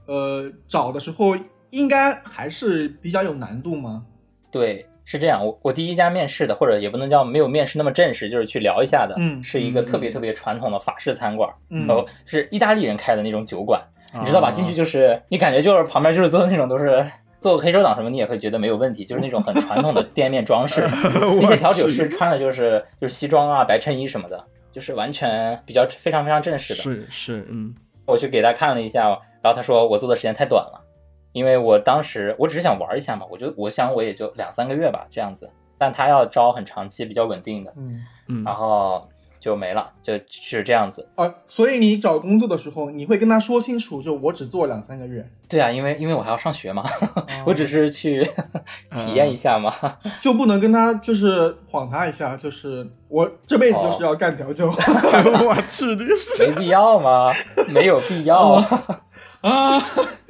S2: 呃，找的时候应该还是比较有难度吗？
S1: 对，是这样。我我第一家面试的，或者也不能叫没有面试那么正式，就是去聊一下的，
S2: 嗯
S1: 是一个特别特别传统的法式餐馆，
S2: 嗯
S1: 哦，是意大利人开的那种酒馆，你知道吧？
S3: 啊
S1: 进去就是你感觉就是旁边就是做那种都是。 *laughs* 做个黑手党什么，你也会觉得没有问题，就是那种很传统的店面装
S3: *laughs*
S1: 饰。那些调酒师穿的就是就是西装啊、白衬衣什么的，就是完全比较非常非常正式的。
S3: 是是，嗯，
S1: 我去给他看了一下，然后他说我做的时间太短了，因为我当时我只是想玩一下嘛，我就我想我也就两三个月吧这样子，但他要招很长期比较稳定的，
S2: 嗯，
S3: 嗯
S1: 然后就没了，就是这样子。
S2: 啊，所以你找工作的时候，你会跟他说清楚，就我只做两三个月，
S1: 对啊，因为因为我还要上学嘛，
S3: 嗯
S1: 我
S2: 哦
S1: 只是去 *laughs* 体验一下嘛。
S2: 就不能跟他就是晃他一下，就是我这辈子就是要干调酒、
S3: *laughs* 我去，这个是
S1: 没必要吗？没有必要，
S2: *laughs* 啊
S1: *laughs*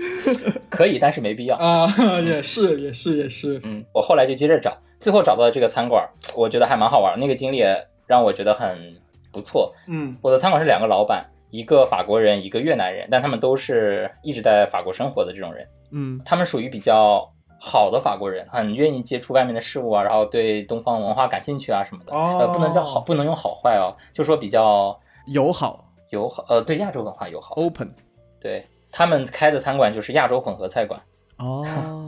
S1: 可以，但是没必要。
S2: 啊，也是也是也是，
S1: 嗯，我后来就接着找，最后找到了这个餐馆，我觉得还蛮好玩，那个经历也让我觉得很不错。
S2: 嗯
S1: 我的餐馆是两个老板，一个法国人，一个越南人，但他们都是一直在法国生活的这种人，
S3: 嗯
S1: 他们属于比较好的法国人，很愿意接触外面的事物啊，然后对东方文化感兴趣啊什么的。
S2: 哦
S1: 呃，不能叫好，不能用好坏哦，就说比较
S3: *laughs* 友好
S1: 友好，呃，对亚洲文化友好。
S3: open
S1: 对他们开的餐馆就是亚洲混合菜馆，
S3: 哦，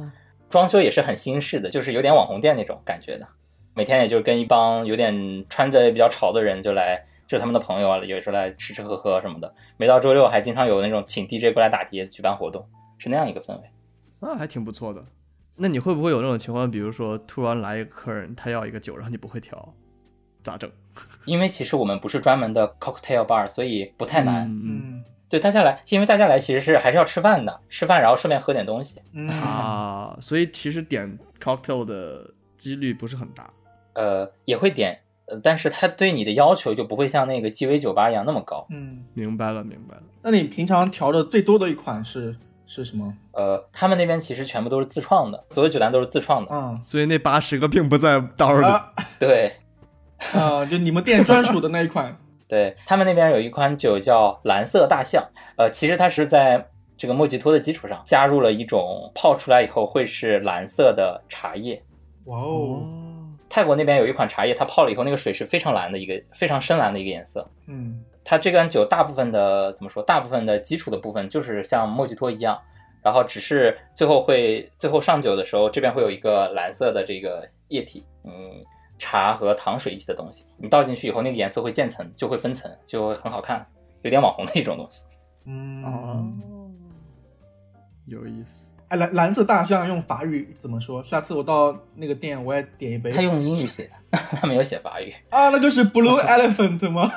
S3: *laughs*
S1: 装修也是很新式的，就是有点网红店那种感觉的。每天也就是跟一帮有点穿着比较潮的人就来，就是他们的朋友啊，有时候来吃吃喝喝什么的。每到周六还经常有那种请 DJ 过来打碟举办活动，是那样一个氛围。
S3: 那还挺不错的。那你会不会有那种情况，比如说突然来一个客人，他要一个酒，然后你不会调，咋整？
S1: 因为其实我们不是专门的 cocktail bar，所以不太难。
S3: 嗯
S2: 嗯
S1: 对大家来，因为大家来其实是还是要吃饭的，吃饭然后顺便喝点东西。
S2: 嗯
S3: 嗯啊，所以其实点 cocktail 的几率不是很大。
S1: 呃，也会点，呃，但是他对你的要求就不会像那个鸡尾酒吧一样那么高。
S2: 嗯，
S3: 明白了，明白了。
S2: 那你平常调的最多的一款是是什么？
S1: 呃，他们那边其实全部都是自创的，所有酒单都是自创的。
S2: 嗯
S3: 所以那八十个并不在当儿里。
S2: 啊
S1: 对，
S2: 啊，就你们店专属的那一款，
S1: 对他们那边有一款酒叫蓝色大象，呃，其实它是在这个莫吉托的基础上，加入了一种泡出来以后会是蓝色的茶叶。
S2: *laughs* 哇哦，
S3: 哦，
S1: 泰国那边有一款茶叶，它泡了以后，那个水是非常蓝的一个非常深蓝的一个颜色。
S2: 嗯，
S1: 它这款酒大部分的怎么说？大部分的基础的部分就是像莫吉托一样，然后只是最后会最后上酒的时候，这边会有一个蓝色的这个液体，嗯，茶和糖水一起的东西，你倒进去以后，那个颜色会渐层，就会分层，就会很好看，有点网红的一种东西。
S2: 嗯
S3: 哦，有意思。
S2: 哎，蓝蓝色大象用法语怎么说？下次我到那个店，我也点一杯。
S1: 他用英语写的， *laughs* 他没有写法语。
S2: 啊，那就是 *laughs* Blue Elephant 吗？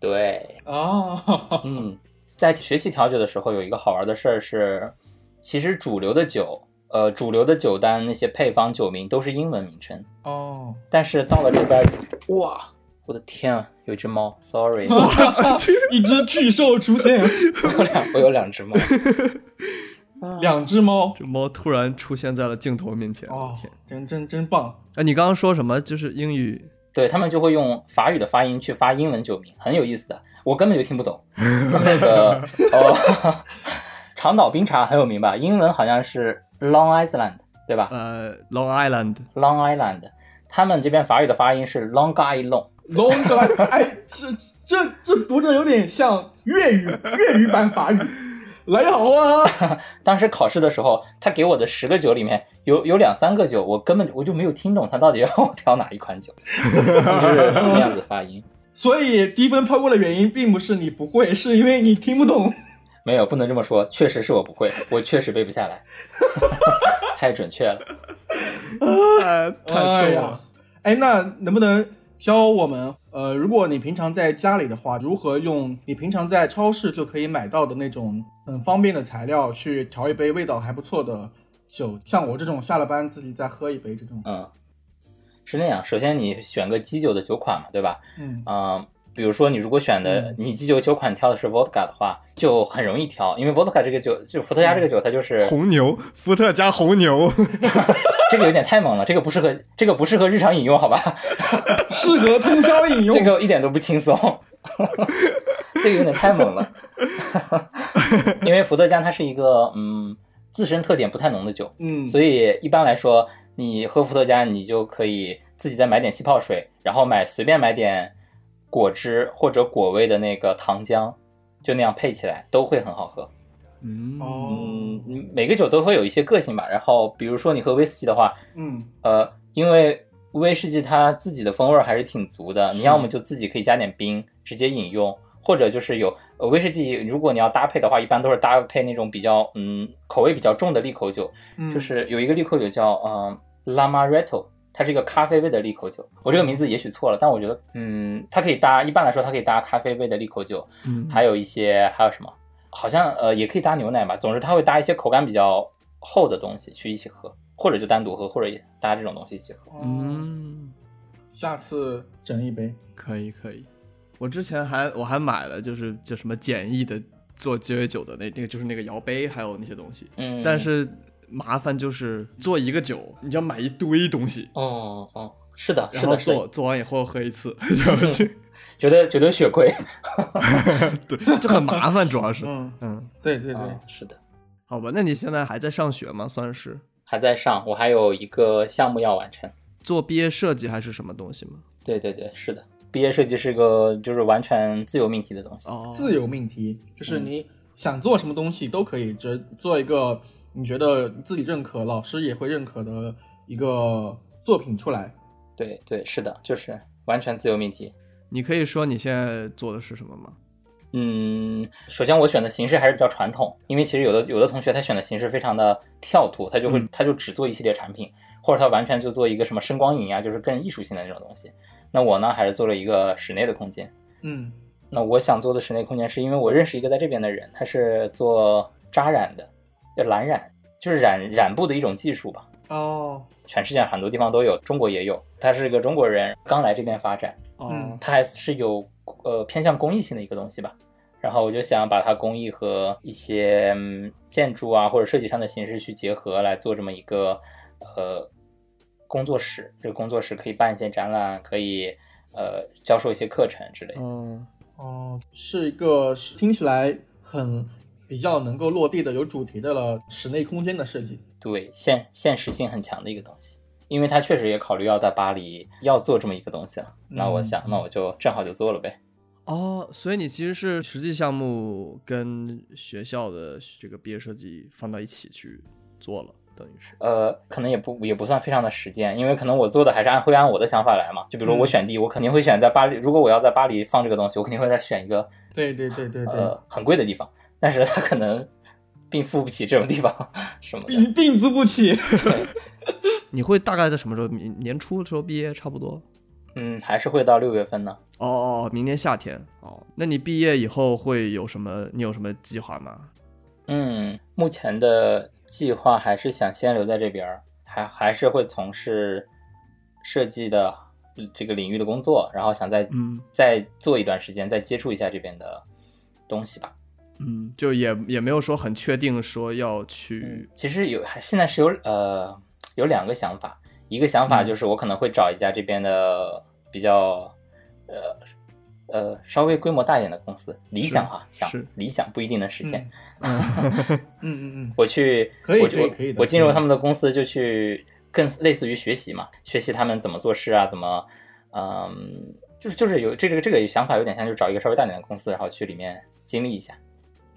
S1: 对，
S2: 哦，
S1: 嗯，在学习调酒的时候，有一个好玩的事儿是，其实主流的酒，呃，主流的酒单那些配方酒名都是英文名称。
S2: *laughs* 哦，
S1: 但是到了这边，哇，我的天啊，有一只猫，sorry，我
S2: 一只巨兽出现，
S1: 有两我有两只猫，
S2: 两只猫，
S3: 这猫突然出现在了镜头面前，我
S2: 啊哦
S3: 的天！，
S2: 真真真棒。
S3: 哎，你刚刚说什么？就是英语
S1: 对他们就会用法语的发音去发英文酒名，很有意思的，我根本就听不懂。那个哦， *laughs* 长岛冰茶很有名吧？英文好像是 Long Island，对吧
S3: 呃，Long Island，
S1: ？Long Island，他们这边法语的发音是 Long Island。
S2: Long Island，哎，这这这读着有点像粤语粤语版法语。来好啊，
S1: 当时考试的时候，他给我的十个酒里面有有两三个酒，我根本我就没有听懂他到底要我调哪一款酒，就是那样子发音。
S2: 所以低分飘过的原因并不是你不会，是因为你听不懂。
S1: 没有，不能这么说，确实是我不会，我确实背不下来， *laughs* 太准确了。
S3: 哎，
S2: 哎
S3: 太逗
S2: 呀
S3: 了！，
S2: 哎，那能不能教我们？呃，如果你平常在家里的话，如何用你平常在超市就可以买到的那种很方便的材料去调一杯味道还不错的酒？像我这种下了班自己再喝一杯这种，
S1: 嗯，是那样。首先你选个基酒的酒款嘛，对吧？
S2: 嗯
S1: 嗯、比如说你如果选的你基酒酒款挑的是 vodka 的话，就很容易挑，因为 vodka 这个酒，就伏特加这个酒，它就是
S3: 红牛，伏特加红牛，
S1: 这个有点太猛了，这个不适合，这个不适合日常饮用，好吧？
S2: 适合通宵饮用。
S1: 这个一点都不轻松， *laughs* 这个有点太猛了。 *laughs* 因为伏特加它是一个嗯自身特点不太浓的酒，
S2: 嗯，
S1: 所以一般来说，你喝伏特加，你就可以自己再买点气泡水，然后买随便买点果汁或者果味的那个糖浆，就那样配起来都会很好喝。
S3: 嗯，
S2: 哦，
S1: 嗯，每个酒都会有一些个性吧。然后比如说你喝威士忌的话，
S2: 嗯，
S1: 呃，因为威士忌它自己的风味儿还是挺足的，
S2: 是
S1: 你要么就自己可以加点冰直接饮用，或者就是有呃威士忌，如果你要搭配的话，一般都是搭配那种比较嗯口味比较重的利口酒，
S2: 嗯
S1: 就是有一个利口酒叫嗯、呃、Lamaretto，它是一个咖啡味的利口酒。我这个名字也许错了，但我觉得嗯，它可以搭，一般来说它可以搭咖啡味的利口酒，
S3: 嗯
S1: 还有一些还有什么，好像呃也可以搭牛奶吧。总之它会搭一些口感比较厚的东西去一起喝，或者就单独喝，或者也搭这种东西一起喝。
S2: 哦，
S3: 嗯，
S2: 下次整一杯。
S3: 可以可以。我之前还我还买了，就是叫什么简易的做鸡尾酒的那那个，就是那个摇杯，还有那些东西。
S1: 嗯，
S3: 但是麻烦就是做一个酒，你要买一堆东西，
S1: 哦哦，是的，
S3: 然
S1: 是
S3: 后
S1: 的，是
S3: 做
S1: 的，
S3: 做完以后喝一次， *laughs* 然后就
S1: 觉得觉得血亏。
S3: 对，就很麻烦，主要是。
S2: 嗯，
S3: 嗯，
S2: 对对对，
S1: 嗯，是的，
S3: 好吧，那你现在还在上学吗？算是
S1: 还在上，我还有一个项目要完成。
S3: 做毕业设计还是什么东西吗？
S1: 对对对，是的，毕业设计是个就是完全自由命题的东西。
S3: 哦，
S2: 自由命题，就是你想做什么东西都可以，只做一个你觉得自己认可、老师也会认可的一个作品出来。
S1: 对对，是的，就是完全自由命题。
S3: 你可以说你现在做的是什么吗？
S1: 嗯，首先我选的形式还是比较传统，因为其实有的有的同学他选的形式非常的跳脱，他就会、
S3: 嗯
S1: 他就只做一系列产品，或者他完全就做一个什么声光影啊，就是更艺术性的那种东西。那我呢，还是做了一个室内的空间。
S2: 嗯，
S1: 那我想做的室内空间，是因为我认识一个在这边的人，他是做扎染的，就蓝染，就是染染布的一种技术吧。
S2: 哦，
S1: 全世界很多地方都有，中国也有。他是个中国人，刚来这边发展，
S3: 哦，
S1: 它还是有呃偏向公益性的一个东西吧。然后我就想把它公益和一些、嗯建筑啊或者设计上的形式去结合，来做这么一个呃工作室。这个工作室可以办一些展览，可以呃教授一些课程之类的。
S3: 嗯，
S2: 哦，是一个是听起来很比较能够落地的、有主题的了室内空间的设计。
S1: 对，现现实性很强的一个东西，因为他确实也考虑要在巴黎要做这么一个东西了。那我想，那我就正好就做了呗。
S3: 哦，所以你其实是实际项目跟学校的这个毕业设计放到一起去做了，等于是。
S1: 呃，可能也不也不算非常的实践，因为可能我做的还是按会按我的想法来嘛。就比如
S2: 嗯
S1: 我选地，我肯定会选在巴黎。如果我要在巴黎放这个东西，我肯定会再选一个
S2: 对对对对对，
S1: 呃很贵的地方，但是他可能并付不起这种地方什么的。
S2: 并并租不起。
S3: 你会大概在什么时候？明年初的时候毕业差不多。
S1: 嗯，还是会到六月份呢。
S3: 哦哦，明年夏天哦。那你毕业以后会有什么？你有什么计划吗？
S1: 嗯，目前的计划还是想先留在这边儿，还还是会从事设计的这个领域的工作，然后想再、
S3: 嗯
S1: 再做一段时间，再接触一下这边的东西吧。
S3: 嗯，就也也没有说很确定说要
S2: 嗯
S3: 去。
S1: 嗯其实有还现在是有呃有两个想法，一个想法
S3: 嗯
S1: 就是我可能会找一家这边的比较呃呃稍微规模大一点的公司，理想啊，
S3: 是
S1: 想
S3: 是
S1: 理想不一定能实现，
S3: *laughs*
S1: *laughs*
S2: 嗯嗯嗯
S1: 我去，
S2: 嗯可以
S1: 我就
S2: 可以可以的嗯
S1: 我进入他们的公司就去更类似于学习嘛，学习他们怎么做事啊，怎么，嗯，就是就是有这这个这个想法有点像，就找一个稍微大点的公司，然后去里面经历一下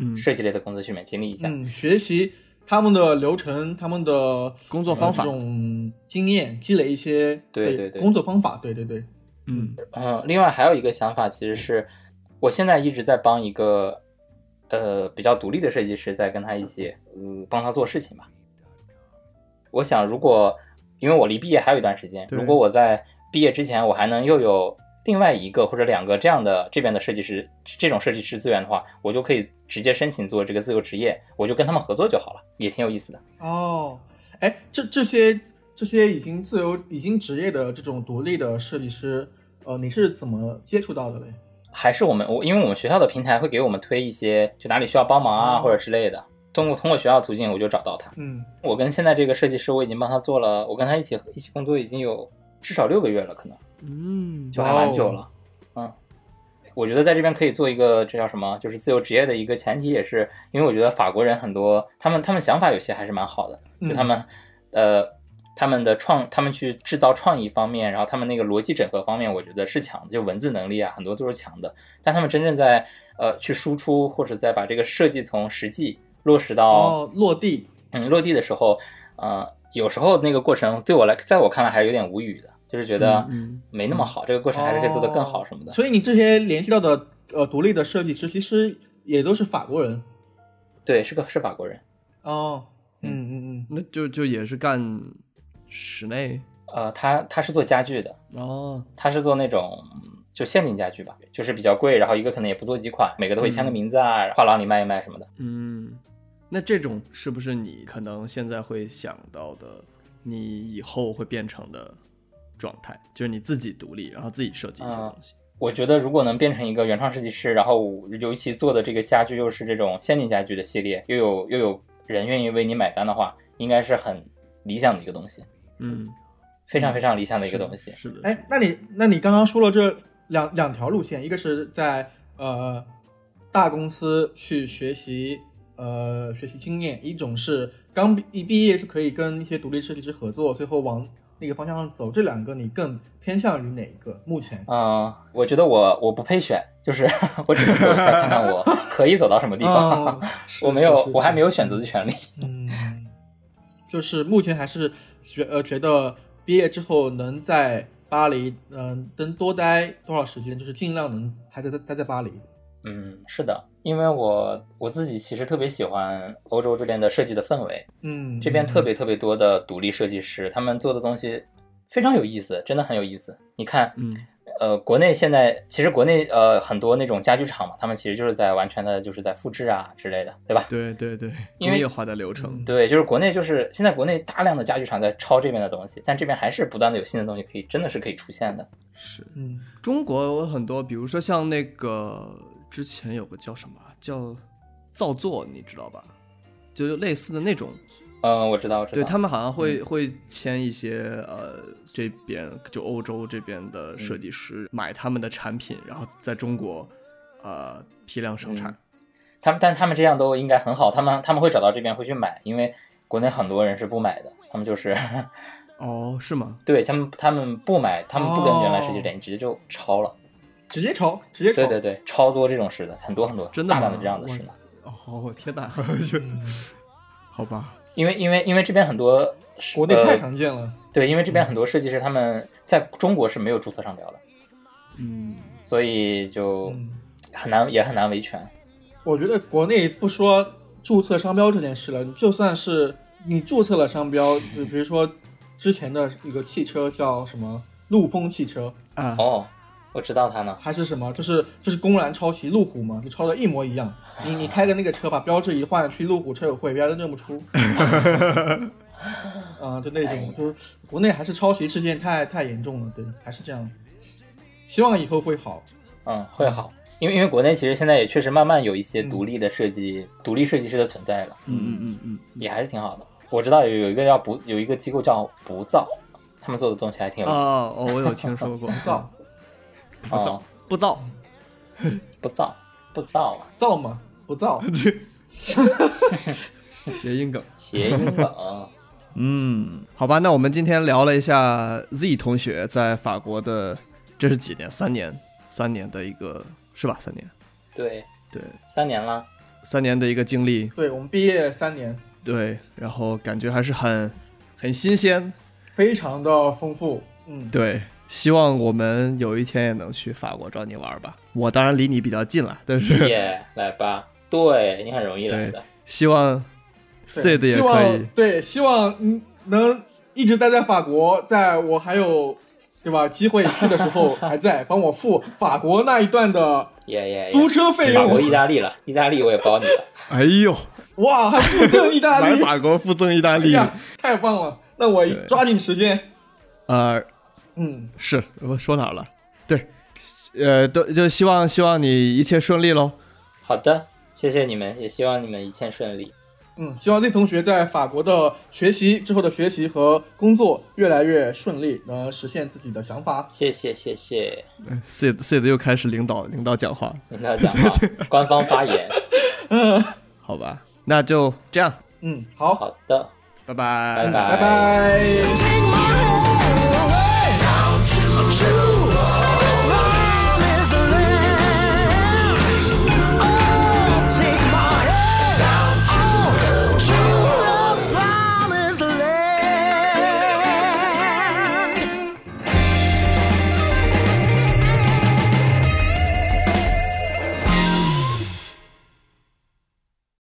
S3: 嗯，
S1: 设计类的公司去里面经历一下。
S2: 嗯，学习他们的流程，他们的
S3: 工作方法
S2: 呃这种经验，积累一些
S1: 对对对
S2: 工作方法，对对对，
S3: 嗯
S1: 嗯，另外还有一个想法，其实是我现在一直在帮一个呃比较独立的设计师，在跟他一起呃帮他做事情吧。我想，如果因为我离毕业还有一段时间，
S3: 对
S1: 如果我在毕业之前，我还能又有另外一个或者两个这样的这边的设计师这种设计师资源的话，我就可以直接申请做这个自由职业，我就跟他们合作就好了，也挺有意思的。
S2: 哦，哎，这这些这些已经自由、已经职业的这种独立的设计师，呃，你是怎么接触到的嘞？
S1: 还是我们我，因为我们学校的平台会给我们推一些，就哪里需要帮忙啊、
S2: 哦
S1: 或者之类的。通过通过学校途径，我就找到他。
S2: 嗯，
S1: 我跟现在这个设计师，我已经帮他做了，我跟他一起一起工作已经有至少六个月了，可能
S3: 嗯
S1: 就还蛮久
S2: 哦
S1: 了。嗯，我觉得在这边可以做一个这叫什么，就是自由职业的一个前提，也是因为我觉得法国人很多，他们他们想法有些还是蛮好的，
S2: 嗯
S1: 就
S3: 嗯
S1: 他们呃他们的创，他们去制造创意方面，然后他们那个逻辑整合方面，我觉得是强的，就文字能力啊，很多都是强的。但他们真正在呃去输出，或者在把这个设计从实际落实到、
S2: 哦，落地，
S1: 嗯，落地的时候，呃，有时候那个过程对我来，在我看来还是有点无语的，就是觉得
S3: 嗯哦
S1: 没那么好，这个过程还是可以做得更好什么的。
S2: 所以你这些联系到的呃独立的设计师，其实也都是法国人。
S1: 对，是个是法国人，
S2: 哦，嗯嗯
S3: 那就就也是干室内
S1: 呃，他他是做家具的，
S3: 哦，
S1: 他是做那种嗯就限定家具吧，就是比较贵，然后一个可能也不做几款，每个都会签个名字啊，画廊里卖一卖什么的。
S3: 嗯，那这种是不是你可能现在会想到的，你以后会变成的状态，就是你自己独立，然后自己设计一些
S1: 嗯
S3: 东西。
S1: 我觉得如果能变成一个原创设计师，然后我尤其做的这个家具又是这种限定家具的系列，又有又有人愿意为你买单的话，应该是很理想的一个东西，
S3: 嗯，
S1: 非常非常理
S3: 这
S1: 想的一个东西。
S3: 是的，
S2: 嗯，哎，那你那你刚刚说了这两两条路线，一个是在呃大公司去学习呃学习经验，一种是刚毕一毕业就可以跟一些独立设计师合作，最后往那个方向上走。这两个你更偏向于哪一个？目前
S1: 嗯，我觉得我我不配选，就是 *laughs* 我只是走出来看看我可以走到什么地方。
S2: 哦 *laughs*
S1: 嗯
S2: 是
S1: 我没有
S2: 是是，
S1: 我还没
S2: 有，
S1: 有选择的权利。
S2: 嗯，就是目前还是觉呃觉得毕业之后能在巴黎嗯、能多待多少时间，就是尽量能还在待在巴黎。
S1: 嗯，是的，因为我我自己其实特别喜欢欧洲这边的设计的氛围，
S2: 嗯，
S1: 这边特
S2: 别。
S1: 别特别多的独立设计师，他们做的东西非常有意思，真的很有意思。你看，
S3: 嗯
S1: 呃，国内现在其实国内呃很多那种家具厂嘛，他们其实就是在完全的就是在复制啊之类的，对吧？
S3: 对对对，
S1: 因
S3: 工
S1: 为
S3: 业化的流程
S2: 嗯，
S1: 对，就是国内就是现在国内大量的家具厂在抄这边的东西，但这边还是不断的有新的东西可以真的是可以出现的。
S3: 是
S2: 嗯，
S3: 中国有很多，比如说像那个之前有个叫什么啊叫造作，你知道吧？就是类似的那种，
S1: 嗯，我知道，我知道。
S3: 对他们好像会、会签一些呃这边就欧洲这边的设计师、买他们的产品，然后在中国呃批量生产。
S1: 他们但他们这样都应该很好，他们他们会找到这边会去买，因为国内很多人是不买的，他们就是 *laughs*
S3: 哦，是吗？
S1: 对他们他们不买，他们不跟原来世界联，直接就抄了。
S2: 直接抄，直接抄。
S1: 对对对，超多这种事的，很多很多，
S3: 真的
S1: 大
S3: 吗
S1: 量的这样的事的。
S3: 哦，天 *laughs* 哪，就
S2: 嗯
S3: 好吧，
S1: 因为因为因为这边很多是
S2: 国内
S1: 呃
S2: 太常见了。
S1: 对，因为这边很多设计师他们在中国是没有注册商标的，
S3: 嗯，
S1: 所以就
S2: 嗯，
S1: 很难也很难维权。
S2: 我觉得国内不说注册商标这件事了，就算是你注册了商标，就比如说之前的一个汽车叫什么陆风汽车，
S3: 啊，
S1: 哦，我知道他呢。
S2: 还是什么，就是就是公然抄袭路虎嘛，就抄的一模一样。你你开个那个车，把标志一换，去路虎车友会，别人都认
S1: *laughs*
S2: 不出。啊，就那
S1: 哎呀
S2: 种，就是国内还是抄袭事件太太严重了，对，还是这样。希望以后会好。
S1: 嗯，会好，因为因为国内其实现在也确实慢慢有一些独立的设计、独立设计师的存在了，
S3: 嗯嗯嗯
S1: 也还是挺好的。我知道有有一个叫不有一个机构叫不造，他们做的东西还挺
S3: 嗯，
S1: 有意思。
S3: 哦哦，我有听说 *laughs* 过，
S2: 造
S3: 不造不造，
S1: 嗯不造不造啊，
S2: 造嘛，不造。
S3: 谐音梗。
S1: 谐音
S3: *laughs*
S1: 梗。
S3: 嗯，好吧，那我们今天聊了一下 Z 同学在法国的，这是几年？三年，三年的一个是吧？三年，
S1: 对，
S3: 对，
S1: 三年了，
S3: 三年的一个经历，
S2: 对我们毕业三年，
S3: 对，然后感觉还是很很新鲜，
S2: 非常的丰富。嗯，
S3: 对，希望我们有一天也能去法国找你玩吧。我当然离你比较近了，但是
S1: 耶、来吧。对你很容易来的，
S3: 希望 Sid
S2: 对
S3: 也
S2: 希
S3: 可
S2: 望
S3: 以，
S2: 对，希望嗯能一直待在法国，在我还有对吧机会去的时候还在帮我付法国那一段的
S1: 耶耶
S2: 租
S1: 耶！
S2: 车费
S1: 哎法
S3: *laughs*
S1: 国、意
S2: 用。
S1: 大利了，意大利我也包你了。
S3: 哎呦，
S2: 哇，还附赠意大
S3: 来
S2: 利，
S3: 法国附赠意大
S2: 哎
S3: 利，
S2: 呀，太棒了！那我
S3: 对
S2: 抓紧时间。
S3: 呃，
S2: 嗯，
S3: 是我说哪儿了？对，呃，都就希望希望你一切顺利喽。
S1: 好的，谢谢你们，也希望你们一切顺利。
S2: 嗯，希望 Z 同学在法国的学习之后的学习和工作越来越顺利，能实现自己的想法。
S1: 谢谢谢谢，
S3: 哎 Sid Sid 又开始领导领导讲话，
S1: 领导讲话，
S3: *laughs*
S1: 官方发言。
S3: 好吧，那就这样，
S2: 嗯，好，
S1: 好的，
S3: 拜拜
S1: 拜
S2: 拜拜。
S4: 牵